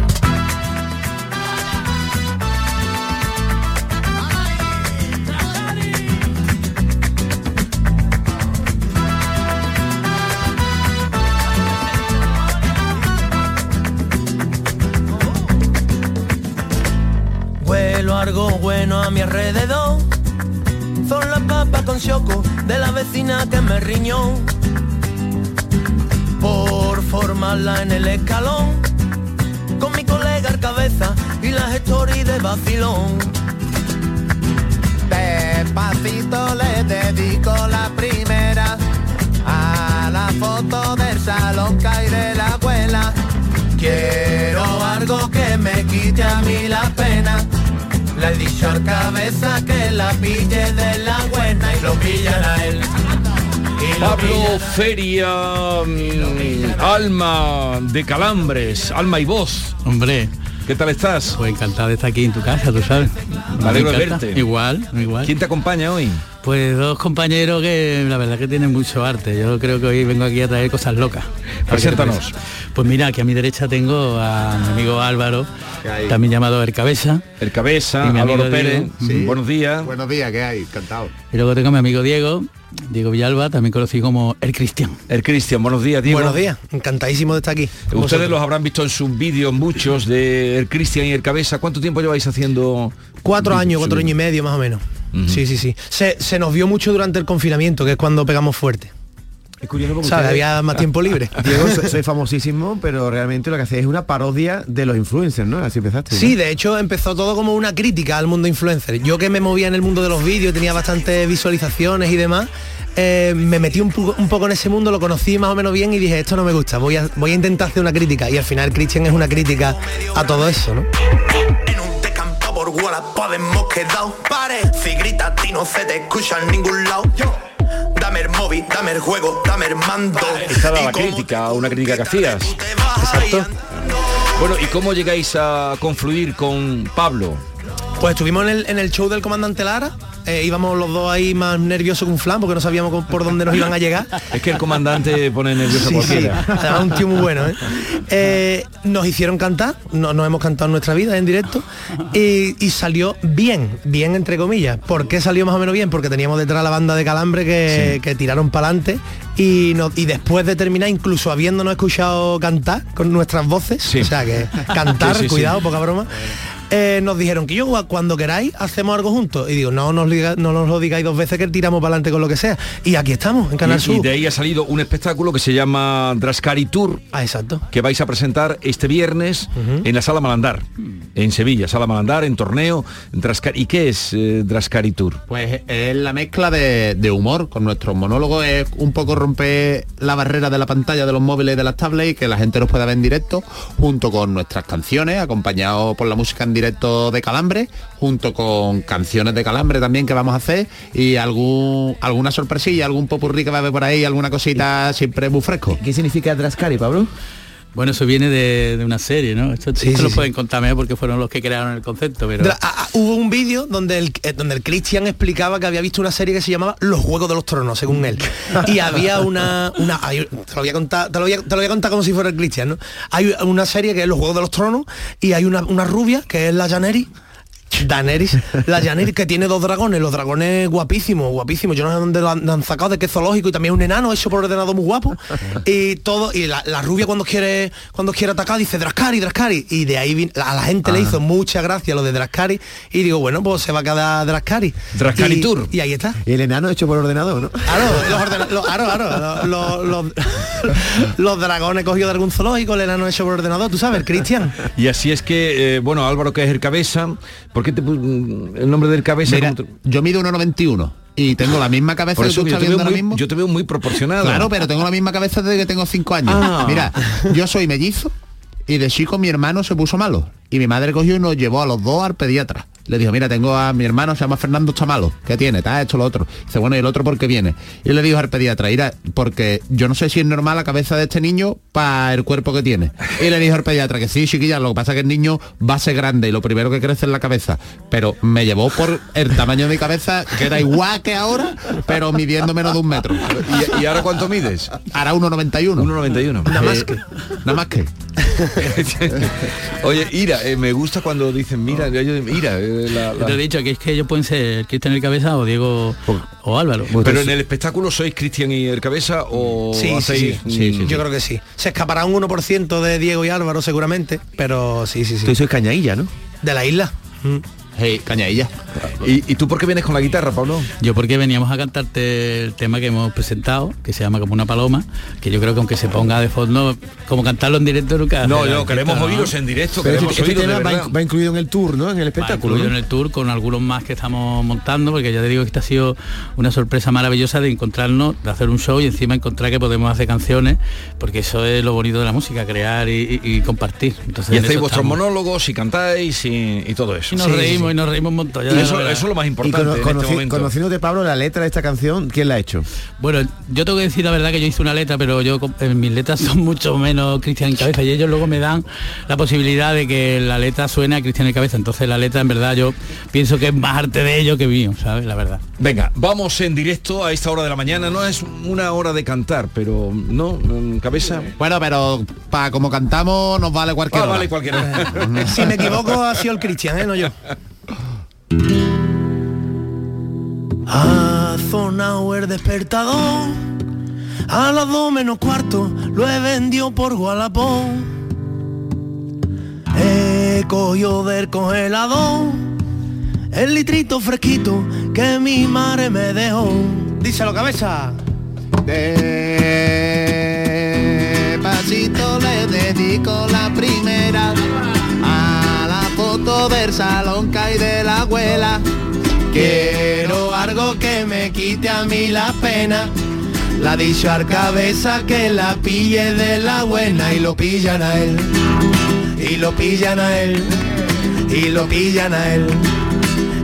Speaker 13: Huelo algo bueno a mi alrededor. Son las papas con choco de la vecina que me riñó. Por formarla en el escalón, con mi colega el cabeza y las stories de vacilón.
Speaker 22: Despacito le dedico la primera a la foto del salón y de la abuela.
Speaker 13: Quiero algo que me quite a mí la pena. Le he dicho al cabeza que la pille de la buena y lo pillará él. Y lo
Speaker 1: Pablo Feria, mm, alma de calambres, alma y voz.
Speaker 23: Hombre.
Speaker 1: ¿Qué tal estás?
Speaker 23: Pues encantado de estar aquí en tu casa, tú sabes.
Speaker 1: Me alegro de
Speaker 23: encanta.
Speaker 1: verte.
Speaker 23: Igual, igual.
Speaker 1: ¿Quién te acompaña hoy?
Speaker 23: Pues dos compañeros que la verdad que tienen mucho arte. Yo creo que hoy vengo aquí a traer cosas locas.
Speaker 1: Preséntanos.
Speaker 23: Pues mira, que a mi derecha tengo a mi amigo Álvaro, también llamado El Cabeza.
Speaker 1: El Cabeza,
Speaker 23: Y mi amigo
Speaker 1: Álvaro Pérez.
Speaker 23: Diego.
Speaker 1: Mm, Buenos días.
Speaker 22: Buenos días, ¿qué hay? Encantado.
Speaker 23: Y luego tengo a mi amigo Diego, Diego Villalba, también conocido como El Cristian.
Speaker 1: El Cristian, buenos días, Diego.
Speaker 23: Buenos
Speaker 1: días,
Speaker 23: encantadísimo de estar aquí.
Speaker 1: Ustedes los habrán visto en sus vídeos muchos de El Cristian y El Cabeza. ¿Cuánto tiempo lleváis haciendo?
Speaker 7: Cuatro
Speaker 1: vídeos
Speaker 7: años, cuatro
Speaker 1: subidos?
Speaker 7: años y medio más o menos.
Speaker 1: Ujú.
Speaker 7: Sí, sí, sí. Se, se nos vio mucho durante el confinamiento, que es cuando pegamos fuerte.
Speaker 4: Es curioso porque
Speaker 7: ¿Sabes?
Speaker 4: ustedes- Ah,
Speaker 7: Había más tiempo libre.
Speaker 4: Diego, so- soy famosísimo, pero realmente lo que hacéis es una parodia de los influencers, ¿no? Así empezaste. ¿no?
Speaker 7: Sí, de hecho empezó todo como una crítica al mundo influencer. Yo que me movía en el mundo de los vídeos, tenía bastantes visualizaciones y demás, eh, me metí un, pu- un poco en ese mundo, lo conocí más o menos bien y dije, esto no me gusta, voy a, voy a intentar hacer una crítica. Y al final Christian es una crítica a todo eso, ¿no?
Speaker 13: Pa' por Wallapop hemos quedado Pare, si grita a ti no se te escucha en ningún lado Yo, Dame el móvil, dame el juego, dame el mando
Speaker 1: Esta era la crítica, una crítica que hacías. Exacto. Bueno, ¿y cómo llegáis a confluir con Pablo?
Speaker 7: Pues estuvimos en el, en el show del comandante Lara, eh, íbamos los dos ahí más nerviosos que un flan porque no sabíamos cómo- por dónde nos iban a llegar.
Speaker 1: Es que el comandante pone nervioso a
Speaker 7: Sí, sí.
Speaker 1: cualquiera.
Speaker 7: Además, un tío muy bueno, ¿eh? Eh, Nos hicieron cantar, no, nos hemos cantado en nuestra vida en directo y, y salió bien, bien entre comillas. ¿Por qué salió más o menos bien? Porque teníamos detrás la banda de Calambre que, que tiraron para adelante y, nos- y después de terminar, incluso habiéndonos escuchado cantar con nuestras voces, o sea que cantar,
Speaker 24: Sí, sí, sí.
Speaker 7: cuidado, poca broma. eh, nos dijeron que yo cuando queráis hacemos algo juntos y digo no nos, liga- no nos lo digáis dos veces que tiramos para adelante con lo que sea y aquí estamos en Canal
Speaker 1: Y, y
Speaker 7: Sur
Speaker 1: de ahí ha salido un espectáculo que se llama Drascari Tour.
Speaker 7: Ah, exacto.
Speaker 1: Que vais a presentar este viernes en la Sala Malandar,
Speaker 23: Mm.
Speaker 1: en Sevilla, Sala Malandar, en torneo. Drascar- ¿Y qué es eh, Drascari Tour?
Speaker 22: Pues es la mezcla de, de humor con nuestros monólogos, es un poco romper la barrera de la pantalla de los móviles y de las tablets y que la gente nos pueda ver en directo, junto con nuestras canciones, acompañado por la música en directo de Calambre, junto con canciones de Calambre también que vamos a hacer y algún alguna sorpresilla, algún popurrí que va a haber por ahí, alguna cosita siempre muy fresco.
Speaker 4: ¿Qué significa Drascari, Pablo?
Speaker 23: Bueno, eso viene de, de una serie, ¿no? Esto, esto lo pueden contar mejor porque fueron los que crearon el concepto, pero...
Speaker 7: Dra- ah, ah, hubo un vídeo donde el, eh, donde el Christian explicaba que había visto una serie que se llamaba Los Juegos de los Tronos, según él. Y había una... una hay- te, lo voy a contar, te, lo voy a, te lo voy a contar como si fuera el Christian, ¿no? Hay una serie que es Los Juegos de los Tronos y hay una, una rubia que es la Janeri. Daenerys, la Janeri que tiene dos dragones, los dragones guapísimos, guapísimos, yo no sé dónde lo han, lo han sacado, de qué zoológico y también un enano hecho por ordenador muy guapo y todo y la, la rubia cuando quiere cuando quiere atacar dice Drascari, Drascari y de ahí vin- a la gente le
Speaker 1: Ah.
Speaker 7: hizo mucha gracia lo de Drascari y digo bueno pues se va a quedar Drascari,
Speaker 4: Drascari
Speaker 7: Y-
Speaker 4: Tour.
Speaker 7: y ahí está.
Speaker 4: Y el enano hecho por ordenador, ¿no?
Speaker 7: Claro, los, ordena- los- claro, claro, los- los- los dragones cogidos de algún zoológico, el enano hecho por ordenador, tú sabes, el Cristian.
Speaker 1: Y así es que, eh, bueno, Álvaro, que es el cabeza, ¿por qué te pu- mm, el nombre del cabeza?
Speaker 22: Mira,
Speaker 1: ¿Cómo te-
Speaker 22: yo mido 1,91 y tengo la misma cabeza
Speaker 1: Por
Speaker 22: que
Speaker 1: eso
Speaker 22: tú
Speaker 1: que yo,
Speaker 22: estás
Speaker 1: te veo
Speaker 22: viendo ahora
Speaker 1: muy,
Speaker 22: mismo.
Speaker 1: yo te veo muy proporcionado.
Speaker 22: Claro, pero tengo la misma cabeza desde que tengo cinco años.
Speaker 1: Ah.
Speaker 22: Mira, yo soy mellizo y de chico mi hermano se puso malo. Y mi madre cogió y nos llevó a los dos al pediatra. Le dijo, mira, tengo a mi hermano, se llama Fernando, está malo. ¿Qué tiene? Está esto, lo otro. Dice, bueno, ¿y el otro por qué viene? Y le dijo al pediatra, mira, porque yo no sé si es normal la cabeza de este niño para el cuerpo que tiene. Y le dijo al pediatra que sí, chiquilla, lo que pasa es que el niño va a ser grande y lo primero que crece es la cabeza. Pero me llevó por el tamaño de mi cabeza, que era igual que ahora, pero midiendo menos de un metro.
Speaker 1: ¿Y, ahora cuánto mides?
Speaker 22: Ahora 1,91.
Speaker 1: 1,91. Nada
Speaker 22: más que. Nada más que.
Speaker 1: Oye, Ira, eh, me gusta cuando dicen,
Speaker 7: Ah.
Speaker 1: mira, yo- yo- Ira, eh, la-
Speaker 23: Te
Speaker 1: la-
Speaker 23: lo he dicho, que es que ellos pueden ser Cristian el Cabeza o Diego o Álvaro.
Speaker 1: Pero en el espectáculo sois Cristian y el cabeza o
Speaker 23: Sí, sí,
Speaker 1: hacéis...
Speaker 23: sí. Sí, sí, sí.
Speaker 1: Mm,
Speaker 7: Yo creo que sí. Se escapará un 1% de Diego y Álvaro seguramente, pero sí, sí, sí.
Speaker 4: Tú sois cañailla, ¿no?
Speaker 7: De la isla. Mm.
Speaker 22: Hey, cañadilla.
Speaker 1: Eh, ¿Y, y tú por qué vienes con la guitarra, Pablo?
Speaker 23: Yo porque veníamos a cantarte el tema que hemos presentado, que se llama Como una paloma, que yo creo que aunque se ponga de fondo, como cantarlo en directo nunca.
Speaker 1: No,
Speaker 23: hace la
Speaker 1: no, queremos
Speaker 23: orquesta,
Speaker 1: oíros en directo,
Speaker 23: Pero
Speaker 1: queremos
Speaker 23: este- este
Speaker 1: oíros de
Speaker 23: tema va
Speaker 1: verdad.
Speaker 23: inclu-
Speaker 4: Va incluido en el tour, ¿no? En el espectáculo.
Speaker 23: Va
Speaker 4: ¿no?
Speaker 23: incluido en el tour con algunos más que estamos montando, porque ya te digo que esta ha sido una sorpresa maravillosa de encontrarnos, de hacer un show y encima encontrar que podemos hacer canciones, porque eso es lo bonito de la música, crear y, y- y compartir. Entonces,
Speaker 1: Y
Speaker 23: en
Speaker 1: hacéis
Speaker 23: eso
Speaker 1: vuestros
Speaker 23: estamos.
Speaker 1: monólogos y cantáis y, y todo eso.
Speaker 23: Y nos reímos y nos reímos un montón. ya
Speaker 1: Y
Speaker 23: lo
Speaker 1: eso,
Speaker 23: verás.
Speaker 1: eso es lo más
Speaker 4: Y
Speaker 1: importante
Speaker 4: cono-
Speaker 1: en
Speaker 4: conoci-
Speaker 1: este momento.
Speaker 4: conociéndote, Pablo, la letra de esta canción, ¿quién la ha hecho?
Speaker 23: Bueno, yo tengo que decir la verdad que yo hice una letra, pero yo com- eh, mis letras son mucho menos Cristian en cabeza y ellos luego me dan la posibilidad de que la letra suene a Cristian en cabeza. Entonces la letra en verdad yo pienso que es más arte de ellos que mío, ¿sabes? La verdad.
Speaker 1: Venga, vamos en directo a esta hora de la mañana. No es una hora de cantar, pero no, mm, cabeza.
Speaker 22: Bueno, pero para como cantamos nos vale cualquier
Speaker 1: Ah,
Speaker 22: hora.
Speaker 1: vale cualquiera.
Speaker 7: Si me equivoco ha sido el Cristian, ¿eh? no yo. Ha sonado el despertador A las dos menos cuarto Lo he vendido por Gualapón He cogido del congelador El litrito fresquito Que mi madre me dejó Díselo cabeza
Speaker 13: Pasito le dedico la primera a la foto del salón y de la abuela. Quiero algo que me quite a mí la pena. La dicho al cabeza que la pille de la buena y lo pillan a él. Y lo pillan a él. Y lo pillan a él.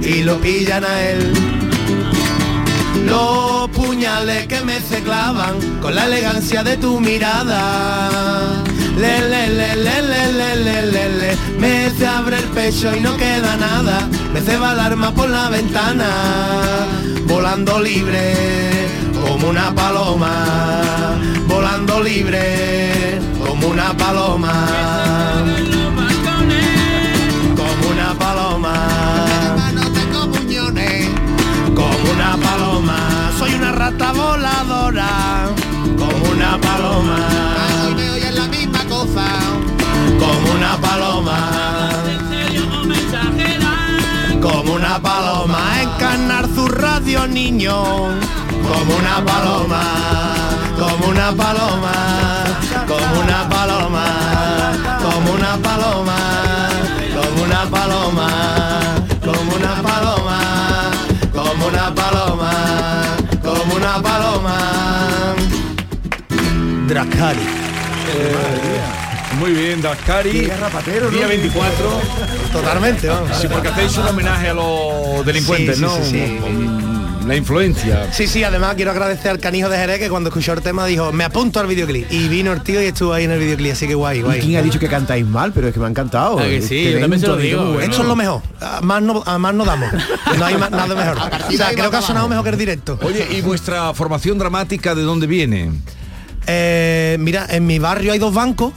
Speaker 13: Y lo pillan a él. Los puñales que me se clavan con la elegancia de tu mirada. Le, le, le, le, le, le, le, le, le. Me se abre el pecho y no queda nada. Me ceba el arma por la ventana. Volando libre, como una paloma. Volando libre, como una paloma. Como una paloma como una paloma. Soy una rata voladora, como una paloma. me la misma cosa, como una paloma. Como una paloma, encarnar su radio niño, como una paloma, como una paloma, como una paloma, como una paloma, como una paloma, como una paloma, como una paloma, como una paloma.
Speaker 7: Dracari.
Speaker 1: Muy bien, Dascari.
Speaker 7: Día rapatero, ¿no?
Speaker 1: Día 24.
Speaker 7: Totalmente, vamos.
Speaker 1: Sí, porque hacéis un homenaje a los delincuentes,
Speaker 7: Sí, sí,
Speaker 1: ¿no?
Speaker 7: sí, sí.
Speaker 1: Con La influencia.
Speaker 7: Sí, sí, además quiero agradecer al canijo de Jerez que cuando escuchó el tema dijo, me apunto al videoclip. Y vino el tío y estuvo ahí en el videoclip, así que guay,
Speaker 4: ¿Y
Speaker 7: guay.
Speaker 4: quién ha dicho que cantáis mal? Pero es que me ha encantado.
Speaker 7: Ah, que sí, yo también se lo digo, bueno. Esto es lo mejor. A más no, a más no damos. No hay más- nada mejor. O sea, creo que ha sonado mejor que el directo.
Speaker 1: Oye, ¿y vuestra formación dramática de dónde viene?
Speaker 7: Eh, mira, en mi barrio hay dos bancos.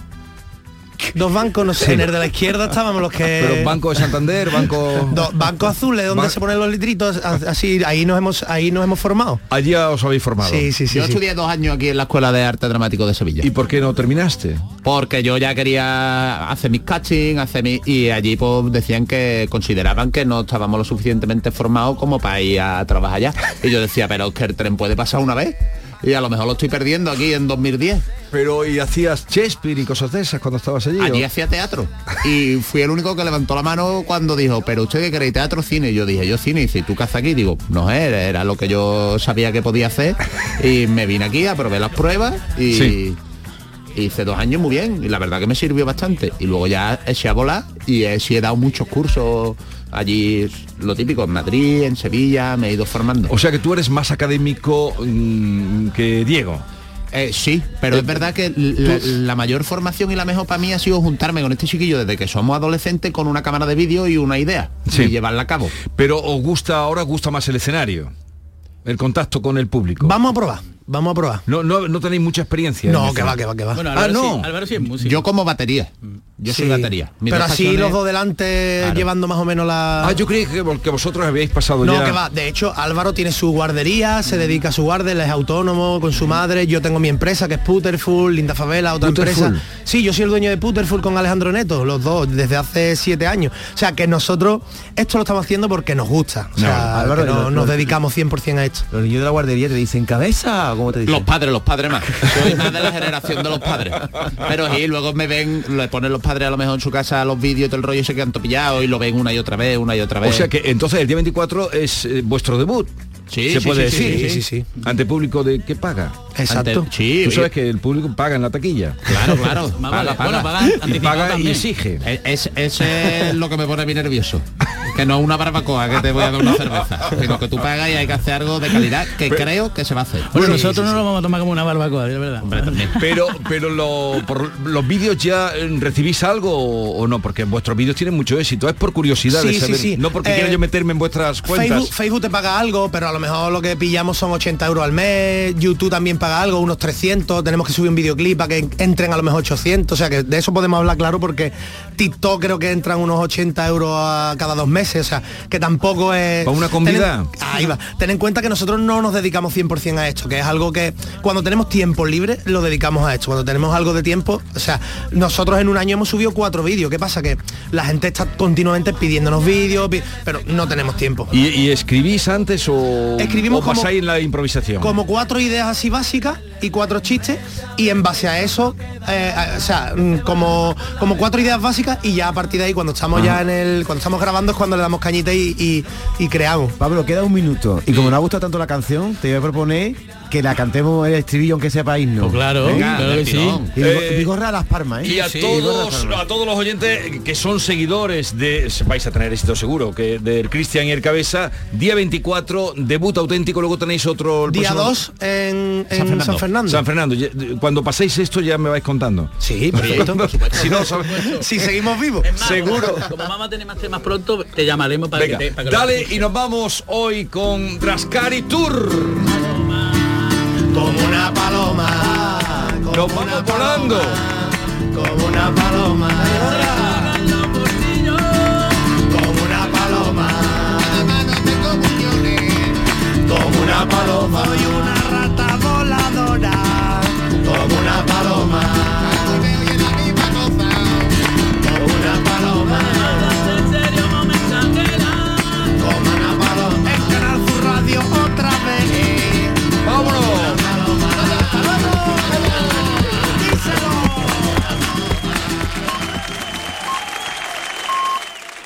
Speaker 7: Dos bancos, no sé,
Speaker 1: Sí.
Speaker 7: en el de la izquierda estábamos los que...
Speaker 1: Pero Banco de Santander, Banco...
Speaker 7: Do- banco azules, donde se ponen los litritos, a- así, ahí nos hemos, ahí nos hemos formado.
Speaker 1: Allí os habéis formado.
Speaker 7: Sí, sí, sí,
Speaker 22: yo
Speaker 7: sí.
Speaker 22: estudié dos años aquí en la Escuela de Arte Dramático de Sevilla. ¿Y
Speaker 1: por qué no terminaste?
Speaker 22: Porque yo ya quería hacer mis catching, hacer mis... Y allí pues decían que consideraban que no estábamos lo suficientemente formados como para ir a trabajar allá. Y yo decía, pero es que el tren puede pasar una vez. Y a lo mejor lo estoy perdiendo aquí en 2010.
Speaker 1: Pero ¿y hacías Shakespeare y cosas de esas cuando estabas allí?
Speaker 22: Allí
Speaker 1: o?
Speaker 22: hacía teatro. Y fui el único que levantó la mano cuando dijo, pero usted qué queréis, teatro o cine. Y yo dije, yo cine. Y dice, ¿tú qué haces aquí? Digo, no era, era lo que yo sabía que podía hacer. Y me vine aquí, aprobé las pruebas y
Speaker 1: Sí.
Speaker 22: hice dos años muy bien. Y la verdad que me sirvió bastante. Y luego ya eché a volar y eh, sí he dado muchos cursos allí, lo típico, en Madrid, en Sevilla, me he ido formando.
Speaker 1: O sea que tú eres más académico mm, que Diego.
Speaker 22: Eh, sí, pero es verdad que la, la mayor formación y la mejor para mí ha sido juntarme con este chiquillo desde que somos adolescentes con una cámara de vídeo y una idea y llevarla a cabo.
Speaker 1: Pero os gusta ahora, os gusta más el escenario, el contacto con el público.
Speaker 7: Vamos a probar, vamos a probar.
Speaker 1: No, no, no tenéis mucha experiencia. en escenario.
Speaker 23: Bueno, Álvaro, sí, Álvaro sí es músico.
Speaker 22: Yo como batería. Yo
Speaker 7: Ah, Sí.
Speaker 22: soy batería. Mis
Speaker 7: Pero
Speaker 22: dos
Speaker 7: así
Speaker 22: pasiones-
Speaker 7: los dos delante llevando más o menos la...
Speaker 1: Ah, yo creí que, que vosotros habéis pasado
Speaker 7: No,
Speaker 1: ya.
Speaker 7: que va. De hecho, Álvaro tiene su guardería, se dedica a su guardia, él es autónomo con su madre. Yo tengo mi empresa que es Puterful, Linda Favela, otra
Speaker 25: Puterful.
Speaker 7: empresa. Sí, yo soy el dueño de Puterful con Alejandro Neto, los dos, desde hace siete años. O sea, que nosotros esto lo estamos haciendo porque nos gusta. O sea,
Speaker 4: No, Álvaro,
Speaker 7: que no-
Speaker 4: y los-
Speaker 7: nos
Speaker 4: los-
Speaker 7: dedicamos 100% a esto.
Speaker 4: Los niños de la guardería te dicen cabeza o cómo te dicen.
Speaker 22: Los padres, los padres más. Soy más de la generación de los padres. Pero sí, luego me ven, le ponen los padres a lo mejor en su casa los vídeos y todo el rollo y se quedan topillados y lo ven una y otra vez, una y otra vez.
Speaker 1: O sea Eh, que entonces el día 24 es eh, vuestro debut.
Speaker 22: Sí,
Speaker 1: se
Speaker 22: sí,
Speaker 1: puede
Speaker 22: sí, sí,
Speaker 1: decir.
Speaker 22: sí, sí,
Speaker 1: Ante público de que paga.
Speaker 22: Exacto.
Speaker 1: Ante-
Speaker 22: Sí,
Speaker 1: Tú
Speaker 22: oye.
Speaker 1: sabes que el público paga en la taquilla.
Speaker 22: Claro, claro.
Speaker 1: Paga, paga. y paga y exige.
Speaker 22: Es, ese es lo que me pone a mí nervioso. Que no es una barbacoa que te voy a dar una cerveza, sino que tú pagas y hay que hacer algo de calidad que creo que se va a hacer.
Speaker 23: Bueno, nosotros no lo vamos a tomar como una barbacoa, de verdad.
Speaker 1: Pero, pero lo- por los vídeos ya eh, recibís algo o, o no, porque vuestros vídeos tienen mucho éxito. Es por curiosidad de
Speaker 7: Sí, sí,
Speaker 1: saber,
Speaker 7: sí.
Speaker 1: no porque
Speaker 7: Eh,
Speaker 1: quiera yo meterme en vuestras cuentas.
Speaker 7: Facebook, Facebook te paga algo, pero a lo mejor lo que pillamos son 80 euros al mes. YouTube también paga algo, unos 300. Tenemos que subir un videoclip para que entren a lo mejor 800. O sea, que de eso podemos hablar claro porque TikTok creo que entran unos 80 euros a cada dos meses. O sea, que tampoco es...
Speaker 1: ¿Para una comida?
Speaker 7: Ten en- ahí va. Ten en cuenta que nosotros no nos dedicamos 100% a esto, que es algo que cuando tenemos tiempo libre lo dedicamos a esto. Cuando tenemos algo de tiempo, o sea, nosotros en un año hemos subido cuatro vídeos. ¿Qué pasa? Que la gente está continuamente pidiéndonos vídeos, pi- pero no tenemos tiempo.
Speaker 1: ¿Y, y escribís antes o,
Speaker 7: Escribimos
Speaker 1: o
Speaker 7: como-
Speaker 1: pasáis en la improvisación?
Speaker 7: como cuatro ideas así básicas y cuatro chistes y en base a eso eh, a- o sea mm, como como cuatro ideas básicas y ya a partir de ahí cuando estamos ya en el cuando estamos grabando es cuando le damos cañita y, y- y creamos
Speaker 4: Pablo, queda un minuto. Y como no ha gustado tanto la canción, te voy a proponer que la cantemos el estribillo, aunque sea país no.
Speaker 23: claro, claro que sí.
Speaker 4: Y Vigo-
Speaker 1: Eh,
Speaker 4: Vigorra las palmas, ¿eh?
Speaker 1: Y a
Speaker 4: Sí, Vigorra Las
Speaker 1: todos,
Speaker 4: Palmas.
Speaker 1: a todos los oyentes que son seguidores de, vais a tener éxito seguro, que del Cristian y el Cabeza, día 24, debut auténtico, luego tenéis otro... el
Speaker 7: día
Speaker 1: próximo-
Speaker 7: 2 en, en San Fernando
Speaker 1: San Fernando. Ya- Cuando paséis esto ya me vais contando.
Speaker 7: Sí,
Speaker 23: perfecto, por supuesto.
Speaker 1: si no,
Speaker 7: si seguimos vivos.
Speaker 1: Seguro.
Speaker 23: Como vamos a tener más temas pronto, te llamaremos para
Speaker 1: Venga,
Speaker 23: que te... para que lo
Speaker 1: dale
Speaker 23: escuches.
Speaker 1: y nos vamos hoy con Trascari Tour.
Speaker 7: como una paloma
Speaker 1: Nos vamos volando.
Speaker 7: como una paloma como una paloma como una paloma y una